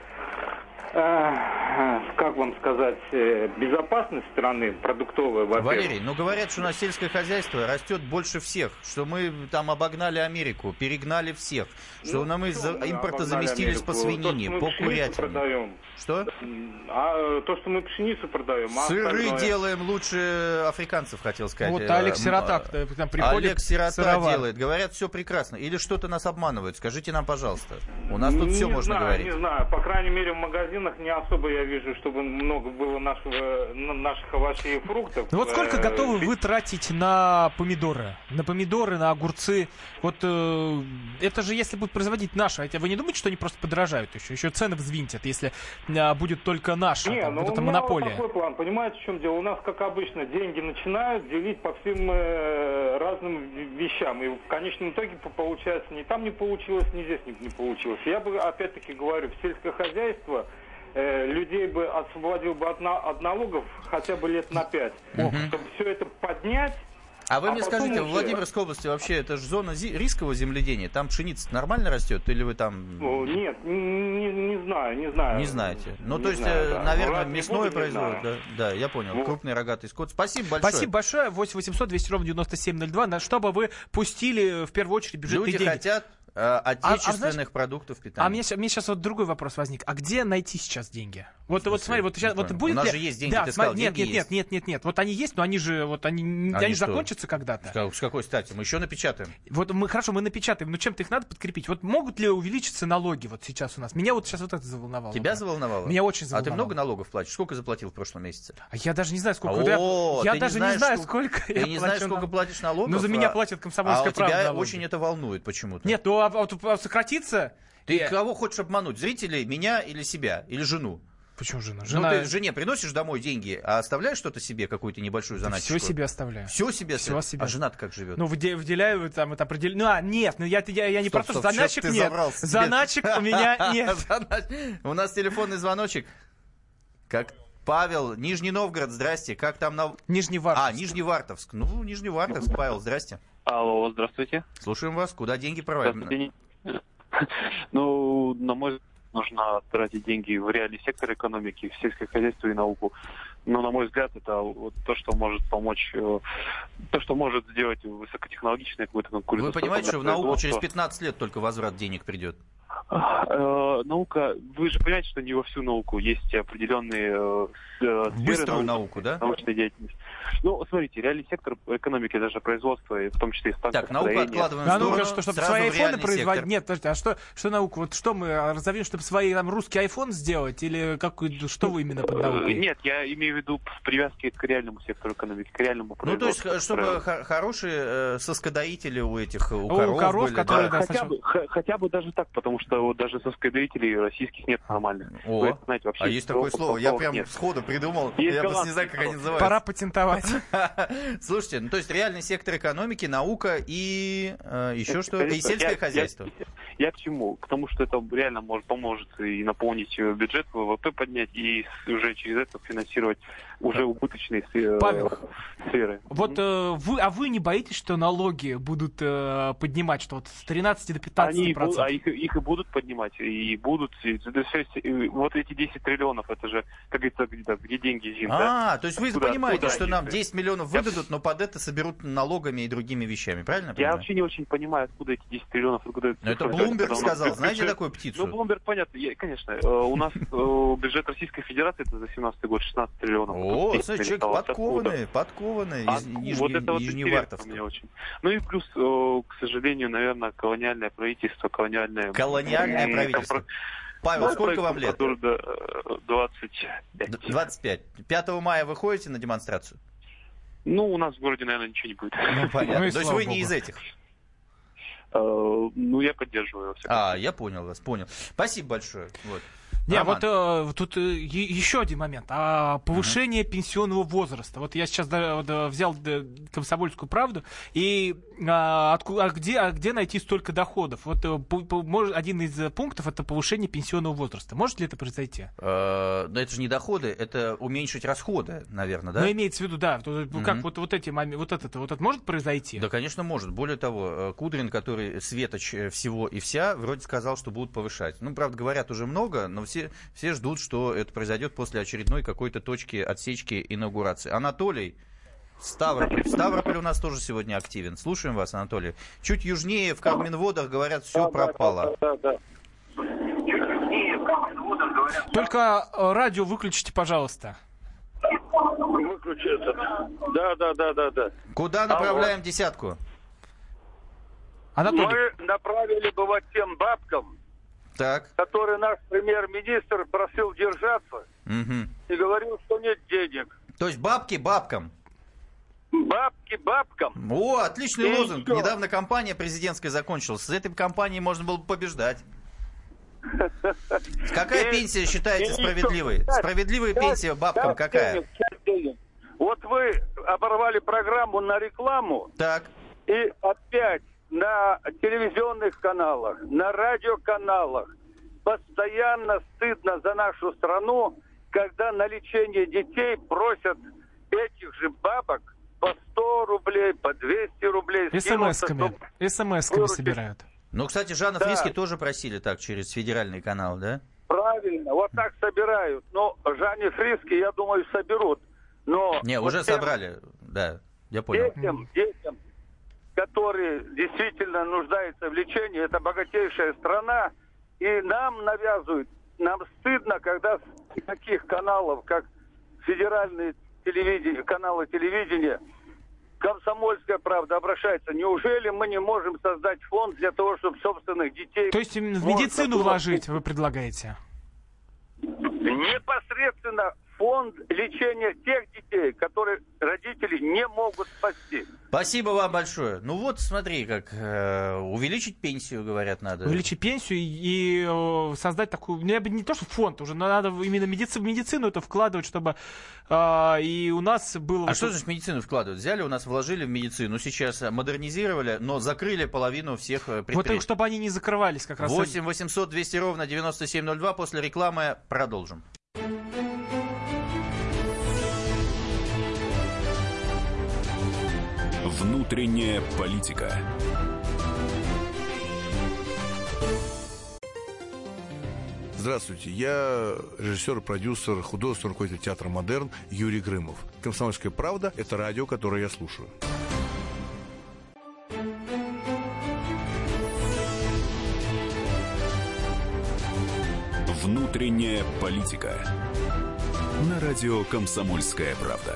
[SPEAKER 12] э, как вам сказать, э, безопасность страны продуктовая, во-первых.
[SPEAKER 1] Валерий, ну говорят, что у нас сельское хозяйство растет больше всех, что мы там обогнали Америку, перегнали всех, Ну, что нам мы за- импортозаместились по
[SPEAKER 12] Обогнали Америку.
[SPEAKER 1] свинине,
[SPEAKER 12] То, что
[SPEAKER 1] по
[SPEAKER 12] мы пшеницу
[SPEAKER 1] курятине.
[SPEAKER 12] продаем.
[SPEAKER 1] Что?
[SPEAKER 12] А э, то, что мы пшеницу продаем, а
[SPEAKER 1] Сыры
[SPEAKER 12] остальное-
[SPEAKER 1] делаем лучше африканцев, хотел сказать.
[SPEAKER 2] Вот
[SPEAKER 1] Э,
[SPEAKER 2] Олег
[SPEAKER 1] м,
[SPEAKER 2] Сирота
[SPEAKER 1] э,
[SPEAKER 2] к нам приходит,
[SPEAKER 1] Олег Сирота
[SPEAKER 2] сыровар.
[SPEAKER 1] делает. Говорят, все прекрасно. Или что-то нас обманывают. Скажите нам, пожалуйста. У нас тут
[SPEAKER 12] не
[SPEAKER 1] все можно
[SPEAKER 12] знаю,
[SPEAKER 1] говорить.
[SPEAKER 12] Не знаю, по крайней мере в магазинах не особо я вижу, чтобы много было нашего, н- наших овощей и фруктов.
[SPEAKER 2] Ну вот сколько
[SPEAKER 12] Э,
[SPEAKER 2] готовы вы тратить на помидоры? На помидоры, на огурцы? Вот э, это же если будут производить наши, а вы не думаете, что они просто подорожают еще? Еще цены взвинтят, если э, будет только наша,
[SPEAKER 12] Не,
[SPEAKER 2] там,
[SPEAKER 12] ну
[SPEAKER 2] вот
[SPEAKER 12] у
[SPEAKER 2] эта
[SPEAKER 12] меня
[SPEAKER 2] монополия.
[SPEAKER 12] вот такой план, понимаете, в чем дело? У нас, как обычно, деньги начинают делить по всем э, разным в- вещам. И в конечном итоге по- получается, ни там не получилось, ни здесь не, не получилось. Я бы, опять-таки, говорю, в сельское хозяйство э, людей бы освободил бы от, на- от налогов хотя бы лет на пять, чтобы все это поднять.
[SPEAKER 1] А вы мне
[SPEAKER 12] потом
[SPEAKER 1] скажите, в
[SPEAKER 12] уже-
[SPEAKER 1] Владимирской области вообще это же зона зи- рискового земледения. Там пшеница нормально растет? Или вы там
[SPEAKER 12] Ну, Нет, н- не, не знаю, не знаю.
[SPEAKER 1] не знаете? Ну,
[SPEAKER 12] Не
[SPEAKER 1] то есть,
[SPEAKER 12] знаю,
[SPEAKER 1] э,
[SPEAKER 12] да.
[SPEAKER 1] наверное,
[SPEAKER 12] Врать не
[SPEAKER 1] мясное
[SPEAKER 12] буду, не
[SPEAKER 1] производство. Да,
[SPEAKER 12] знаю.
[SPEAKER 1] да, я понял.
[SPEAKER 12] Вот.
[SPEAKER 1] Крупный рогатый скот. Спасибо большое.
[SPEAKER 2] Спасибо большое. 8 800 200 ровно 9702. На что бы вы пустили э, в первую очередь бюджетные
[SPEAKER 1] Люди
[SPEAKER 2] деньги?
[SPEAKER 1] хотят э,
[SPEAKER 2] а знаешь-
[SPEAKER 1] отечественных продуктов питания.
[SPEAKER 2] А мне, щ- мне сейчас вот другой вопрос возник. А где найти сейчас деньги? Вот, вот смотри, вот сейчас, вот
[SPEAKER 1] понял.
[SPEAKER 2] будет
[SPEAKER 1] Э, У нас
[SPEAKER 2] ли-
[SPEAKER 1] же есть деньги,
[SPEAKER 2] да,
[SPEAKER 1] ты
[SPEAKER 2] смотри,
[SPEAKER 1] сказал,
[SPEAKER 2] нет,
[SPEAKER 1] деньги
[SPEAKER 2] нет, нет, нет, нет, нет. Вот они есть, но они же, вот они, они,
[SPEAKER 1] Они что?
[SPEAKER 2] закончатся когда-то.
[SPEAKER 1] С ка- С какой стати? Мы еще напечатаем.
[SPEAKER 2] Вот мы хорошо, мы напечатаем, но чем-то их надо подкрепить. Вот могут ли увеличиться налоги вот сейчас у нас? Меня вот сейчас вот это заволновало.
[SPEAKER 1] Тебя заволновало?
[SPEAKER 2] Меня очень
[SPEAKER 1] А ты
[SPEAKER 2] заволновало.
[SPEAKER 1] много налогов платишь? Сколько заплатил в прошлом месяце?
[SPEAKER 2] А я даже не знаю, сколько.
[SPEAKER 1] О,
[SPEAKER 2] Вот я- я
[SPEAKER 1] ты
[SPEAKER 2] даже не знаю,
[SPEAKER 1] сколько-
[SPEAKER 2] сколько
[SPEAKER 1] Ты
[SPEAKER 2] я
[SPEAKER 1] не знаешь,
[SPEAKER 2] плачу
[SPEAKER 1] сколько
[SPEAKER 2] налогов.
[SPEAKER 1] платишь налогов.
[SPEAKER 2] Ну, за меня
[SPEAKER 1] а-
[SPEAKER 2] платят комсомольская
[SPEAKER 1] а тебя
[SPEAKER 2] правда налоги.
[SPEAKER 1] очень это волнует почему-то.
[SPEAKER 2] Нет, ну а, вот сократится...
[SPEAKER 1] Ты
[SPEAKER 2] Я-
[SPEAKER 1] кого хочешь обмануть? Зрителей, меня или себя? Или жену?
[SPEAKER 2] Почему жена?
[SPEAKER 1] Ну,
[SPEAKER 2] Жена-
[SPEAKER 1] ты жене приносишь домой деньги, а оставляешь что-то себе, какую-то небольшую заначку?
[SPEAKER 2] Все себе оставляю.
[SPEAKER 1] Все себе?
[SPEAKER 2] Всё
[SPEAKER 1] оставляешь?
[SPEAKER 2] себе.
[SPEAKER 1] А жена как живет?
[SPEAKER 2] Ну, вде- вделяю вот там это определенно. Ну, а, нет, ну я, я, я не
[SPEAKER 1] Стоп,
[SPEAKER 2] про то, что
[SPEAKER 1] стоп, чё
[SPEAKER 2] заначек
[SPEAKER 1] ты
[SPEAKER 2] нет.
[SPEAKER 1] забрался?
[SPEAKER 2] Заначек у меня нет.
[SPEAKER 1] Занач- У нас телефонный звоночек. Как Павел, Нижний Новгород, здрасте. Как там на...
[SPEAKER 2] Нижневартовск.
[SPEAKER 1] А, Нижневартовск. Ну, Нижневартовск, Павел, здрасте.
[SPEAKER 13] Алло, здравствуйте.
[SPEAKER 1] Слушаем вас. Куда деньги проваливают?
[SPEAKER 13] Ну, на мой взгляд, нужно тратить деньги в реальный сектор экономики, в сельское хозяйство и науку.
[SPEAKER 11] Но, на мой взгляд, это вот то, что может помочь, э, то, что может сделать высокотехнологичное какое-то
[SPEAKER 1] Вы
[SPEAKER 11] конкурентоспособное
[SPEAKER 1] понимаете, что в науку через
[SPEAKER 11] производство.
[SPEAKER 1] 15 лет только возврат денег придет?
[SPEAKER 11] Э, наука, вы же понимаете, что не во всю науку есть определенные э, с- э, сферы
[SPEAKER 1] Быструю
[SPEAKER 11] науки,
[SPEAKER 1] науку, да?
[SPEAKER 11] научной деятельности. Ну, смотрите, реальный сектор экономики, даже производства, и в том числе и Так,
[SPEAKER 2] Да, ну-ка, что, чтобы свои айфоны производить? Нет, подожди, а что, что наука? Вот что мы а, разовьем, чтобы свои там русский айфон сделать? Или какую, что вы именно под наукой?
[SPEAKER 11] Э, Нет, я имею в виду в привязке к реальному сектору экономики, к реальному
[SPEAKER 1] Ну, то есть,
[SPEAKER 11] производству.
[SPEAKER 1] х- чтобы хо- хорошие э, соскодоители у этих, э, у коров, были, да.
[SPEAKER 11] хотя, бы, х- хотя бы даже так, потому что вот даже соскодрителей российских нет нормальных.
[SPEAKER 1] О,
[SPEAKER 11] Вы это знаете, вообще
[SPEAKER 1] а есть
[SPEAKER 11] слов-
[SPEAKER 1] такое слово, я
[SPEAKER 11] слов
[SPEAKER 1] прям
[SPEAKER 11] нет.
[SPEAKER 1] сходу придумал,
[SPEAKER 11] Есть
[SPEAKER 1] я просто не
[SPEAKER 11] голландские
[SPEAKER 1] знаю, как они
[SPEAKER 11] слова.
[SPEAKER 1] называются.
[SPEAKER 2] Пора патентовать.
[SPEAKER 1] Слушайте, ну то есть реальный сектор экономики, наука и э, еще что? И
[SPEAKER 11] Конечно, я-
[SPEAKER 1] сельское
[SPEAKER 11] я-
[SPEAKER 1] хозяйство.
[SPEAKER 11] Я, к чему? К тому, что это реально может поможет и наполнить э, бюджет, ВВП поднять и с- уже через это финансировать уже убыточные сфе-
[SPEAKER 2] Павел.
[SPEAKER 11] сферы.
[SPEAKER 2] Вот э, вы, а вы не боитесь, что налоги будут э, поднимать, что вот с 13 до 15
[SPEAKER 11] Они и бу-
[SPEAKER 2] процентов?
[SPEAKER 11] а их, их и будут поднимать, и будут. и- то есть, э, вот эти 10 триллионов, это же, как говорится, где, где деньги зим, да?
[SPEAKER 1] А, то есть вы
[SPEAKER 11] Куда-
[SPEAKER 1] понимаете,
[SPEAKER 11] куда
[SPEAKER 1] что
[SPEAKER 11] они?
[SPEAKER 1] нам 10 миллионов выдадут, но под это соберут налогами и другими вещами, правильно? я
[SPEAKER 11] Я
[SPEAKER 1] понимаю?
[SPEAKER 11] вообще не очень понимаю, откуда эти 10 триллионов, откуда
[SPEAKER 1] Ну, это
[SPEAKER 11] цифра
[SPEAKER 1] Блумберг
[SPEAKER 11] взялась, когда у нас
[SPEAKER 1] сказал.
[SPEAKER 11] бюджет-
[SPEAKER 1] Знаете такую птицу?
[SPEAKER 11] Ну, Блумберг, понятно, я- конечно. Э, У нас э, бюджет Российской Федерации это за 17 год 16 триллионов.
[SPEAKER 1] О,
[SPEAKER 11] Потом
[SPEAKER 1] смотри,
[SPEAKER 11] 10
[SPEAKER 1] человек
[SPEAKER 11] триллионов.
[SPEAKER 1] подкованный, подкованный, из
[SPEAKER 11] Откуда?
[SPEAKER 1] Нижне-
[SPEAKER 11] Вот это вот
[SPEAKER 1] Нижневартовска.
[SPEAKER 11] интересно мне очень. Ну и плюс, э, к сожалению, наверное, колониальное правительство, колониальное...
[SPEAKER 1] Колониальное
[SPEAKER 11] М,
[SPEAKER 1] правительство.
[SPEAKER 11] компро-
[SPEAKER 1] Павел,
[SPEAKER 11] Ну,
[SPEAKER 1] сколько вам лет?
[SPEAKER 11] который, да, э, 25.
[SPEAKER 1] 25. 5 мая вы ходите на демонстрацию?
[SPEAKER 11] Ну, у нас в городе, наверное, ничего не будет.
[SPEAKER 1] Ну, понятно. То есть вы не из этих?
[SPEAKER 11] Э, Ну, я поддерживаю.
[SPEAKER 1] А, я понял вас, понял. Спасибо большое. Вот.
[SPEAKER 2] Не,
[SPEAKER 1] Роман.
[SPEAKER 2] вот э, тут э, е- еще один момент. А, повышение пенсионного возраста. Вот я сейчас да, да, взял да, комсомольскую правду. И а, отку- а где, а где найти столько доходов? Вот э, пу- пу- мож- один из э, пунктов это повышение пенсионного возраста. Может ли это произойти?
[SPEAKER 1] Э, Но это же не доходы, это уменьшить расходы, наверное, да?
[SPEAKER 2] Ну, имеется в виду, да. то есть, ну,
[SPEAKER 1] Мгм.
[SPEAKER 2] Как вот, вот эти моменты, вот этот, вот это может произойти?
[SPEAKER 1] Да, конечно, может. Более того, э, Кудрин, который светоч э, всего и вся, вроде сказал, что будут повышать. Ну, правда, говорят уже много, но все, все ждут, что это произойдет после очередной какой-то точки отсечки инаугурации. Анатолий Ставрополь. Ставрополь у нас тоже сегодня активен. Слушаем вас, Анатолий. Чуть южнее в Кадминводах говорят, все пропало.
[SPEAKER 2] Только э, радио выключите, пожалуйста.
[SPEAKER 10] Выключи этот. Да, да, да, да, да.
[SPEAKER 1] Куда направляем десятку?
[SPEAKER 2] Анатолий.
[SPEAKER 10] Мы направили бы вот тем бабкам,
[SPEAKER 1] Так.
[SPEAKER 10] которые наш премьер-министр просил держаться
[SPEAKER 1] Мгм.
[SPEAKER 10] и говорил, что нет денег.
[SPEAKER 1] То есть бабки бабкам.
[SPEAKER 10] Бабки бабкам.
[SPEAKER 1] О, отличный
[SPEAKER 10] И
[SPEAKER 1] лозунг.
[SPEAKER 10] всё.
[SPEAKER 1] Недавно кампания президентская закончилась. С этой кампанией можно было бы побеждать. Какая пенсия считаете
[SPEAKER 10] И
[SPEAKER 1] справедливой?
[SPEAKER 10] ещё, так,
[SPEAKER 1] Справедливая
[SPEAKER 10] так,
[SPEAKER 1] пенсия бабкам
[SPEAKER 10] так,
[SPEAKER 1] какая?
[SPEAKER 10] денег, так, денег. Вот вы оборвали программу на рекламу.
[SPEAKER 1] Так.
[SPEAKER 10] И опять на телевизионных каналах, на радиоканалах постоянно стыдно за нашу страну, когда на лечение детей просят этих же бабок по 100 рублей, по 200 рублей. скинуться,
[SPEAKER 2] СМС-ками.
[SPEAKER 10] чтоб-
[SPEAKER 2] СМС-ками собирают.
[SPEAKER 1] Ну, кстати, Жанна
[SPEAKER 10] Да.
[SPEAKER 1] Фриски тоже просили так через федеральный канал, да?
[SPEAKER 10] Правильно, вот так собирают. Но Жанни Фриски, я думаю, соберут. Но
[SPEAKER 1] Не,
[SPEAKER 10] вот
[SPEAKER 1] уже
[SPEAKER 10] тем
[SPEAKER 1] собрали, да, я понял.
[SPEAKER 10] Детям, детям, которые действительно нуждаются в лечении, это богатейшая страна, и нам навязывают, нам стыдно, когда с таких каналов, как федеральные телевидение, каналы телевидения, Комсомольская правда обращается. Неужели мы не можем создать фонд для того, чтобы собственных детей...
[SPEAKER 2] То есть именно в
[SPEAKER 10] можно
[SPEAKER 2] медицину
[SPEAKER 10] было
[SPEAKER 2] вложить вы предлагаете?
[SPEAKER 10] Непосредственно фонд лечения тех детей, которые родители не могут спасти.
[SPEAKER 1] Спасибо вам большое. Ну вот, смотри, как э, увеличить пенсию, говорят, надо.
[SPEAKER 2] Увеличить пенсию и, и, э, создать такую, ну, я бы не то, что фонд, уже надо в- именно медици- в медицину это вкладывать, чтобы э, и у нас было...
[SPEAKER 1] А
[SPEAKER 2] вот
[SPEAKER 1] что
[SPEAKER 2] это-
[SPEAKER 1] значит медицину вкладывают? Взяли у нас, вложили в медицину, сейчас э, модернизировали, но закрыли половину всех
[SPEAKER 2] Вот
[SPEAKER 1] э,
[SPEAKER 2] и
[SPEAKER 1] предприятий.
[SPEAKER 2] чтобы они не закрывались как раз.
[SPEAKER 1] 8 800 200 ровно 9702. После рекламы продолжим.
[SPEAKER 5] Внутренняя политика.
[SPEAKER 13] Здравствуйте, я режиссер, продюсер, художественный руководитель театра «Модерн» Юрий Грымов. «Комсомольская правда» — это радио, которое я слушаю.
[SPEAKER 5] Внутренняя политика. На радио «Комсомольская правда».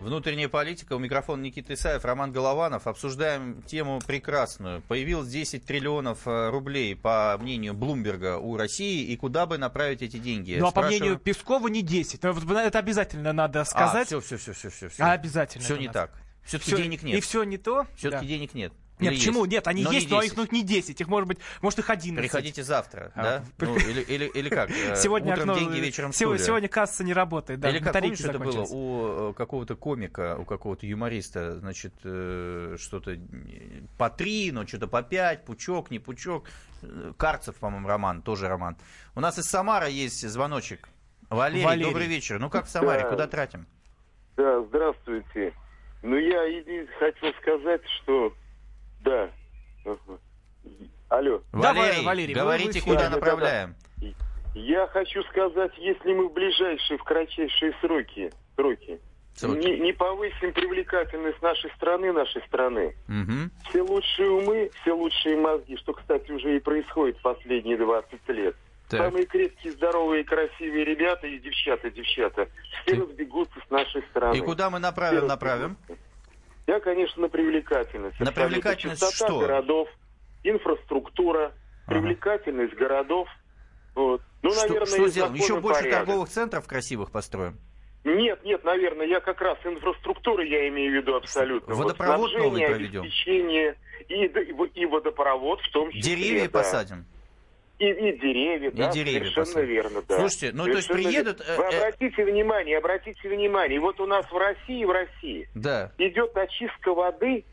[SPEAKER 1] Внутренняя политика. У микрофона Никита Исаев, Роман Голованов. Обсуждаем тему прекрасную. Появилось 10 триллионов э, рублей, по мнению Блумберга, у России. И куда бы направить эти деньги?
[SPEAKER 2] Ну, а по
[SPEAKER 1] Спрашиваю- А,
[SPEAKER 2] мнению Пескова, не 10. Ну, вот Это обязательно надо сказать.
[SPEAKER 1] все, все, все, все, все,
[SPEAKER 2] А, обязательно
[SPEAKER 1] Все
[SPEAKER 2] это
[SPEAKER 1] не
[SPEAKER 2] надо.
[SPEAKER 1] так. Все-таки
[SPEAKER 2] Всё-
[SPEAKER 1] денег нет.
[SPEAKER 2] И все не то?
[SPEAKER 1] Все-таки
[SPEAKER 2] Да.
[SPEAKER 1] денег нет.
[SPEAKER 2] Нет,
[SPEAKER 1] Или
[SPEAKER 2] почему?
[SPEAKER 1] есть?
[SPEAKER 2] Нет, они
[SPEAKER 1] Но не
[SPEAKER 2] есть, но их
[SPEAKER 1] 10.
[SPEAKER 2] ну, не 10. Их может быть, может их 11.
[SPEAKER 1] Приходите завтра,
[SPEAKER 2] А,
[SPEAKER 1] да? Ну, или, или, или как? Э,
[SPEAKER 2] Сегодня
[SPEAKER 1] утром
[SPEAKER 2] окно-
[SPEAKER 1] деньги, вечером
[SPEAKER 2] сегодня,
[SPEAKER 1] стулья.
[SPEAKER 2] сегодня касса не работает, да.
[SPEAKER 1] Или как,
[SPEAKER 2] батарейки
[SPEAKER 1] помнишь, это было
[SPEAKER 2] закончились.
[SPEAKER 1] у э, какого-то комика, у какого-то юмориста, значит, э, что-то э, по три, но что-то по пять, пучок, не пучок. Э, Карцев, по-моему, роман, тоже роман. У нас из Самары есть звоночек. Валерий,
[SPEAKER 14] Валерий.
[SPEAKER 1] добрый вечер. Ну как в Самаре,
[SPEAKER 14] Да.
[SPEAKER 1] куда тратим?
[SPEAKER 14] Да, здравствуйте. Ну, я един- хотел сказать, что... Да. Ага. Алло.
[SPEAKER 1] Валерий, говорите, куда направляем.
[SPEAKER 14] Я хочу сказать, если мы в ближайшие, в кратчайшие сроки, сроки,
[SPEAKER 1] Сроки.
[SPEAKER 14] Не, не повысим привлекательность нашей страны, нашей страны,
[SPEAKER 1] Мгм.
[SPEAKER 14] все лучшие умы, все лучшие мозги, что, кстати, уже и происходит последние 20 лет.
[SPEAKER 1] Так.
[SPEAKER 14] Самые крепкие, здоровые, красивые ребята и девчата, девчата, все разбегутся с нашей страны.
[SPEAKER 1] И куда мы направим,
[SPEAKER 14] Все
[SPEAKER 1] направим?
[SPEAKER 14] я, конечно, на привлекательность.
[SPEAKER 1] На
[SPEAKER 14] абсолютно.
[SPEAKER 1] привлекательность
[SPEAKER 14] Чистота
[SPEAKER 1] что?
[SPEAKER 14] городов, инфраструктура, привлекательность городов. Вот. Ну,
[SPEAKER 1] что
[SPEAKER 14] наверное,
[SPEAKER 1] что
[SPEAKER 14] и
[SPEAKER 1] сделаем? Еще
[SPEAKER 14] закон и
[SPEAKER 1] больше
[SPEAKER 14] порядок.
[SPEAKER 1] торговых центров красивых построим?
[SPEAKER 14] Нет, нет, наверное, я как раз инфраструктуру я имею в виду абсолютно.
[SPEAKER 1] Водопровод новый
[SPEAKER 14] Водоснабжение,
[SPEAKER 1] проведем?
[SPEAKER 14] обеспечение и, да- и во- и водопровод в том числе.
[SPEAKER 1] Деревья
[SPEAKER 14] да.
[SPEAKER 1] посадим?
[SPEAKER 14] И, и деревья,
[SPEAKER 1] И
[SPEAKER 14] да,
[SPEAKER 1] деревья
[SPEAKER 14] совершенно
[SPEAKER 1] посадим.
[SPEAKER 14] верно, да.
[SPEAKER 1] Слушайте, ну, то есть
[SPEAKER 14] Совершенно верно.
[SPEAKER 1] приедут, э,
[SPEAKER 14] Вы
[SPEAKER 1] э,
[SPEAKER 14] обратите внимание, обратите внимание, вот у нас в России, в России,
[SPEAKER 1] Да.
[SPEAKER 14] идет очистка воды,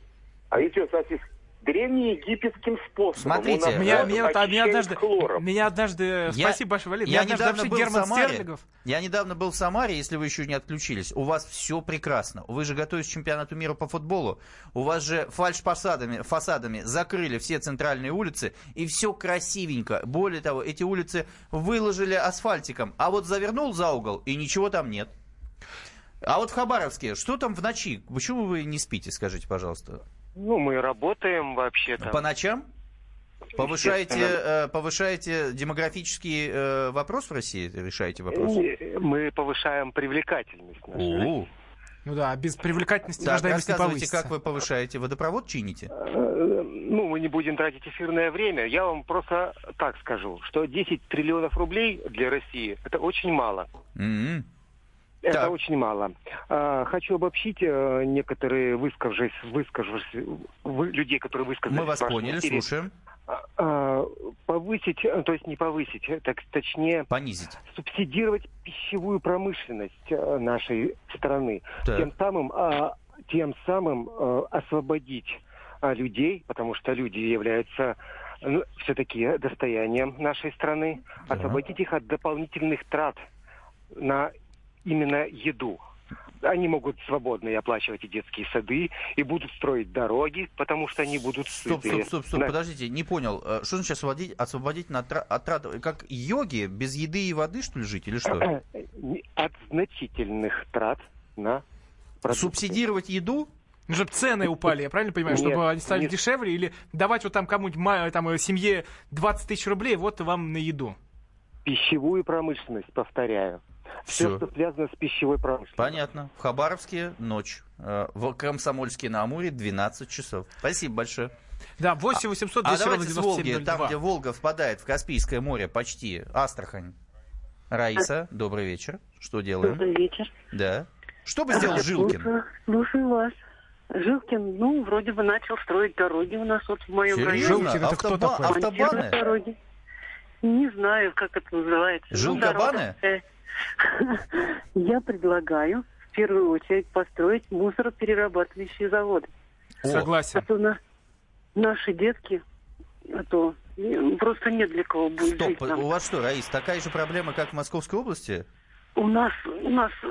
[SPEAKER 14] а идет очистка древнеегипетским способом. У нас
[SPEAKER 2] Смотрите, меня,
[SPEAKER 14] воду
[SPEAKER 2] меня, вот- а меня
[SPEAKER 14] очищают
[SPEAKER 2] однажды,
[SPEAKER 14] хлором.
[SPEAKER 2] меня однажды,
[SPEAKER 1] Я-
[SPEAKER 2] Э, спасибо большое, Валерий,
[SPEAKER 1] Я
[SPEAKER 2] меня однажды
[SPEAKER 1] недавно
[SPEAKER 2] вообще
[SPEAKER 1] был в
[SPEAKER 2] Герман
[SPEAKER 1] Самаре.
[SPEAKER 2] Стерлигов,
[SPEAKER 1] Я недавно был в Самаре, если вы еще не отключились. У вас все прекрасно. Вы же готовитесь к чемпионату мира по футболу. У вас же фальш-фасадами фасадами закрыли все центральные улицы. И все красивенько. Более того, эти улицы выложили асфальтиком. А вот завернул за угол, и ничего там нет. А вот в Хабаровске, что там в ночи? Почему вы не спите, скажите, пожалуйста?
[SPEAKER 15] Ну, мы работаем вообще-то.
[SPEAKER 1] По ночам? Повышаете,
[SPEAKER 15] Естественно.
[SPEAKER 1] э, повышаете демографический э, вопрос в России? Решаете вопрос?
[SPEAKER 15] Э, Мы повышаем привлекательность.
[SPEAKER 1] У.
[SPEAKER 2] ну да, без привлекательности
[SPEAKER 1] Так,
[SPEAKER 2] рождаемость не
[SPEAKER 1] рассказывайте,
[SPEAKER 2] повысится.
[SPEAKER 1] как вы повышаете, водопровод чините?
[SPEAKER 15] Э, Ну, мы не будем тратить эфирное время. Я вам просто так скажу, что 10 триллионов рублей для России – это очень мало.
[SPEAKER 1] М.
[SPEAKER 15] Это
[SPEAKER 1] М-м. Так.
[SPEAKER 15] очень мало. А, хочу обобщить э, некоторые выскажись, выскажившись, вы- людей, которые высказались.
[SPEAKER 1] Мы вас
[SPEAKER 15] в вашем
[SPEAKER 1] поняли,
[SPEAKER 15] эфире.
[SPEAKER 1] слушаем.
[SPEAKER 15] А, повысить, э, то есть не повысить, э, так точнее...
[SPEAKER 1] Понизить.
[SPEAKER 15] Субсидировать пищевую промышленность э, нашей страны.
[SPEAKER 1] Так.
[SPEAKER 15] Тем самым, а, тем самым э, освободить а, людей, потому что люди являются все-таки достоянием нашей страны, освободить их от дополнительных трат на именно еду. Они могут свободно и оплачивать и детские сады, и будут строить дороги, потому что они будут
[SPEAKER 1] Стоп,
[SPEAKER 15] сытые.
[SPEAKER 1] стоп, стоп, стоп,
[SPEAKER 15] На-
[SPEAKER 1] подождите, не понял. э, Что значит освободить, освободить на тра- от трат? Как йоги без еды и воды, что ли, жить или что?
[SPEAKER 15] Не- От значительных трат на
[SPEAKER 1] Субсидировать еду?
[SPEAKER 2] Ну, чтобы цены упали, я правильно понимаю,
[SPEAKER 15] Нет,
[SPEAKER 2] чтобы они стали
[SPEAKER 15] нет.
[SPEAKER 2] дешевле, или давать вот там кому-нибудь, ма- там, э, семье 20 тысяч рублей, вот вам на еду.
[SPEAKER 15] пищевую промышленность, повторяю. Все,
[SPEAKER 1] Всё.
[SPEAKER 15] что связано с пищевой промышленностью.
[SPEAKER 1] Понятно. В Хабаровске ночь. э, В Комсомольске на Амуре 12 часов. Спасибо большое.
[SPEAKER 2] Да, 8 800
[SPEAKER 1] а
[SPEAKER 2] 200 ровно
[SPEAKER 1] давайте с Волги,
[SPEAKER 2] 9702.
[SPEAKER 1] там, где Волга впадает в Каспийское море почти, Астрахань. Раиса, добрый вечер. Что делаем?
[SPEAKER 16] Добрый вечер.
[SPEAKER 1] Да. Что бы сделал
[SPEAKER 16] Я
[SPEAKER 1] Жилкин?
[SPEAKER 16] слушаю- Слушаю вас. Жилкин, ну, вроде бы начал строить дороги у нас вот в моем
[SPEAKER 1] Серьезно?
[SPEAKER 16] районе.
[SPEAKER 1] Жилкин, это кто Автоба- такой? автобаны?
[SPEAKER 16] Монтирует дороги. Не знаю, как это называется. Ну,
[SPEAKER 1] Жилкобаны?
[SPEAKER 16] дорога. Э, Я предлагаю в первую очередь построить мусороперерабатывающие заводы.
[SPEAKER 2] О. Согласен.
[SPEAKER 16] А то на- наши детки, а то э, просто нет для кого будет жить
[SPEAKER 1] Стоп,
[SPEAKER 16] нам.
[SPEAKER 1] у вас что, Раис, такая же проблема, как в Московской области?
[SPEAKER 16] У нас, у нас, э,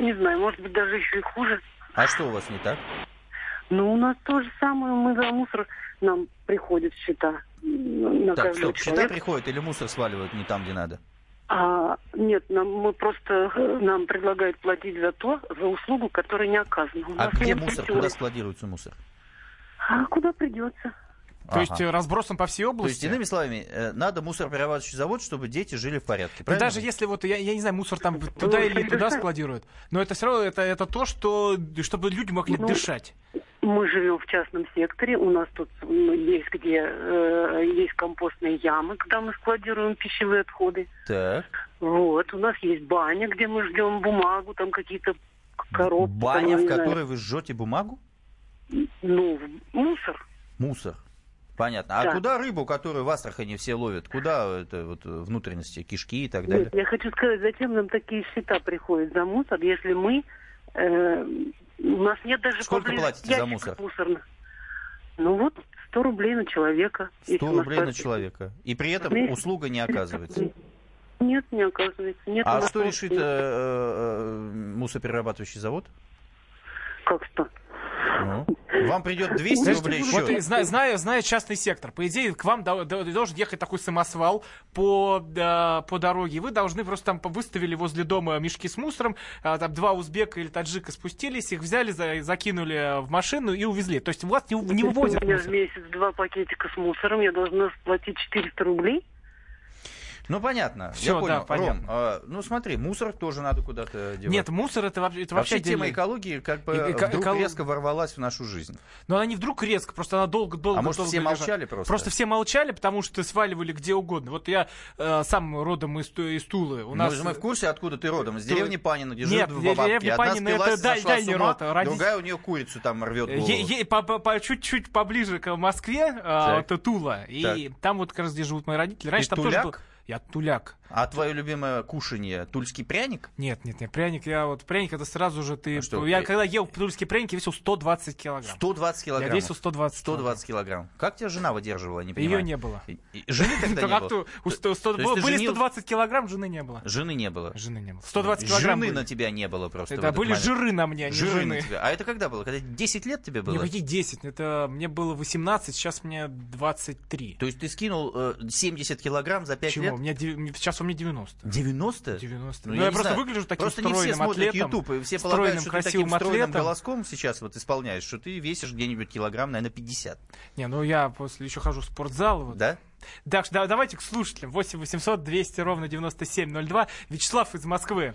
[SPEAKER 16] не знаю, может быть, даже еще и хуже.
[SPEAKER 1] А что у вас не так?
[SPEAKER 16] Но Ну, у нас то же самое, мы за мусор нам приходят счета. ну, На
[SPEAKER 1] Так,
[SPEAKER 16] каждого
[SPEAKER 1] стоп, счета
[SPEAKER 16] человека.
[SPEAKER 1] приходят или мусор сваливают не там, где надо?
[SPEAKER 16] А, нет, нам мы просто э, нам предлагают платить за то, за услугу, которая не оказана. У
[SPEAKER 1] А
[SPEAKER 16] нас
[SPEAKER 1] где
[SPEAKER 16] нет
[SPEAKER 1] мусор?
[SPEAKER 16] культуры.
[SPEAKER 1] Куда складируется мусор?
[SPEAKER 16] А куда придется?
[SPEAKER 2] То есть, э, разбросом по всей
[SPEAKER 1] области? То есть, иными словами, э, надо мусороперерабатывающий завод, чтобы дети жили в порядке,
[SPEAKER 2] Да
[SPEAKER 1] правильно?
[SPEAKER 2] даже если вот, я, я не знаю, мусор там туда или не туда складируют, но это все равно это, это то, что, чтобы люди могли
[SPEAKER 16] Ну,
[SPEAKER 2] дышать.
[SPEAKER 16] Мы живем в частном секторе, у нас тут ну, есть где э, есть компостные ямы, куда мы складируем пищевые отходы.
[SPEAKER 1] Так.
[SPEAKER 16] Типа, Вот, у нас есть баня, где мы ждем бумагу, там какие-то к- коробки. там, я
[SPEAKER 1] Баня,
[SPEAKER 16] не
[SPEAKER 1] в
[SPEAKER 16] знаю.
[SPEAKER 1] которой вы жжете бумагу?
[SPEAKER 16] Ну, в- мусор.
[SPEAKER 1] Мусор. Понятно. А
[SPEAKER 16] Да.
[SPEAKER 1] куда рыбу, которую в Астрахани все ловят? Куда это вот э, внутренности, кишки и так далее?
[SPEAKER 16] Нет, я хочу сказать, зачем нам такие счета приходят за мусор, если мы э, у нас нет даже
[SPEAKER 1] Сколько
[SPEAKER 16] поблизости
[SPEAKER 1] платите за
[SPEAKER 16] ящиков
[SPEAKER 1] мусор?
[SPEAKER 16] мусорных. Ну вот, 100 рублей на человека. если
[SPEAKER 1] 100
[SPEAKER 16] у нас
[SPEAKER 1] рублей на
[SPEAKER 16] так-
[SPEAKER 1] человека. И при этом
[SPEAKER 16] Нет.
[SPEAKER 1] услуга не оказывается.
[SPEAKER 16] Нет, не оказывается. Нет, у
[SPEAKER 1] А
[SPEAKER 16] нас
[SPEAKER 1] что
[SPEAKER 16] нет.
[SPEAKER 1] решит э, э, э, мусоперерабатывающий завод? Ну.
[SPEAKER 16] Как что?
[SPEAKER 1] Вам придет 200
[SPEAKER 2] Знаешь,
[SPEAKER 1] рублей
[SPEAKER 2] Вот и
[SPEAKER 1] счет.
[SPEAKER 2] зная, зная, зная частный сектор, по идее, к вам до- до- должен ехать такой самосвал по, да, по дороге. Вы должны просто там по- выставили возле дома мешки с мусором, а, там два узбека или таджика спустились, их взяли, за- закинули в машину и увезли. То есть у вас не, не
[SPEAKER 16] Если
[SPEAKER 2] вывозят
[SPEAKER 16] у меня в
[SPEAKER 2] мусор.
[SPEAKER 16] месяц два пакетика с мусором, я должна платить 400 рублей.
[SPEAKER 1] Ну, понятно.
[SPEAKER 2] Всё,
[SPEAKER 1] я
[SPEAKER 2] да,
[SPEAKER 1] понял.
[SPEAKER 2] понятно.
[SPEAKER 1] Ром, а, ну смотри, мусор тоже надо куда-то девать.
[SPEAKER 2] Нет, мусор это вообще, это вообще
[SPEAKER 1] вообще тема
[SPEAKER 2] отдельная-
[SPEAKER 1] экологии как бы
[SPEAKER 2] Э- эко-
[SPEAKER 1] вдруг
[SPEAKER 2] эколог-
[SPEAKER 1] резко ворвалась в нашу жизнь.
[SPEAKER 2] Но она не вдруг резко, просто она долго-долго.
[SPEAKER 1] А может, все молчали просто?
[SPEAKER 2] Просто все молчали, потому что сваливали где угодно. Вот я э, сам родом из, Ту- из Тулы. У
[SPEAKER 1] Ну, Мы
[SPEAKER 2] нас...
[SPEAKER 1] же- мы в курсе, откуда ты родом. Из
[SPEAKER 2] Ту-
[SPEAKER 1] деревни Панина, где
[SPEAKER 2] Нет,
[SPEAKER 1] живут два бабки.
[SPEAKER 2] деревня
[SPEAKER 1] Одна
[SPEAKER 2] Панина
[SPEAKER 1] спилась,
[SPEAKER 2] это даль-
[SPEAKER 1] сошла с
[SPEAKER 2] дальний
[SPEAKER 1] ума,
[SPEAKER 2] род, родитель-
[SPEAKER 1] другая у нее курицу там рвет голову.
[SPEAKER 2] Е- е- по- по- по- чуть-чуть поближе к Москве, а,
[SPEAKER 1] Так.
[SPEAKER 2] это Тула. И
[SPEAKER 1] Так.
[SPEAKER 2] там вот как раз где живут мои родители. Раньше
[SPEAKER 1] Ты
[SPEAKER 2] там
[SPEAKER 1] туляк?
[SPEAKER 2] тоже был... Я туляк.
[SPEAKER 1] А твое любимое кушанье тульский пряник? А
[SPEAKER 2] Нет, нет, нет, пряник, я вот пряник, это сразу же ты...
[SPEAKER 1] что,
[SPEAKER 2] я
[SPEAKER 1] ты-
[SPEAKER 2] когда ел тульские пряники, весил 120 килограмм.
[SPEAKER 1] 120 килограмм.
[SPEAKER 2] Я весил 120
[SPEAKER 1] 120 килограмм. Как тебя жена выдерживала, я не понимаю?
[SPEAKER 2] Ее не было.
[SPEAKER 1] И- и Жены тогда
[SPEAKER 2] Так, а
[SPEAKER 1] не было?
[SPEAKER 2] кто- у сто- сто-
[SPEAKER 1] То есть ты
[SPEAKER 2] Были
[SPEAKER 1] женил-
[SPEAKER 2] 120 килограмм, жены не было.
[SPEAKER 1] Жены не было.
[SPEAKER 2] Жены не было. 120 килограмм
[SPEAKER 1] Жены
[SPEAKER 2] были.
[SPEAKER 1] на тебя не было просто.
[SPEAKER 2] Это
[SPEAKER 1] в этот
[SPEAKER 2] были
[SPEAKER 1] момент.
[SPEAKER 2] жиры на мне, а не
[SPEAKER 1] Жиры
[SPEAKER 2] жены. ну,
[SPEAKER 1] на тебя. А это когда было? Когда 10 лет тебе было?
[SPEAKER 2] Никаких 10, это мне было 18, сейчас мне 23.
[SPEAKER 1] То есть ты скинул э, 70 килограмм за 5
[SPEAKER 2] Чего?
[SPEAKER 1] лет?
[SPEAKER 2] У меня деви- сейчас у меня 90.
[SPEAKER 1] 90?
[SPEAKER 2] 90.
[SPEAKER 1] Ну,
[SPEAKER 2] Ну,
[SPEAKER 1] не
[SPEAKER 2] я просто
[SPEAKER 1] знаю.
[SPEAKER 2] выгляжу таким
[SPEAKER 1] Просто не все
[SPEAKER 2] стройным
[SPEAKER 1] смотрят
[SPEAKER 2] атлетом.
[SPEAKER 1] YouTube, и все
[SPEAKER 2] стройным,
[SPEAKER 1] полагают, что ты таким
[SPEAKER 2] красивым
[SPEAKER 1] стройным
[SPEAKER 2] атлетом.
[SPEAKER 1] голоском сейчас вот исполняешь, что ты весишь где-нибудь килограмм, наверное, 50.
[SPEAKER 2] Не, ну я после еще хожу в спортзал. Вот.
[SPEAKER 1] Да?
[SPEAKER 2] Так что да, давайте к слушателям. 8 800 200 ровно 9702. Вячеслав из Москвы.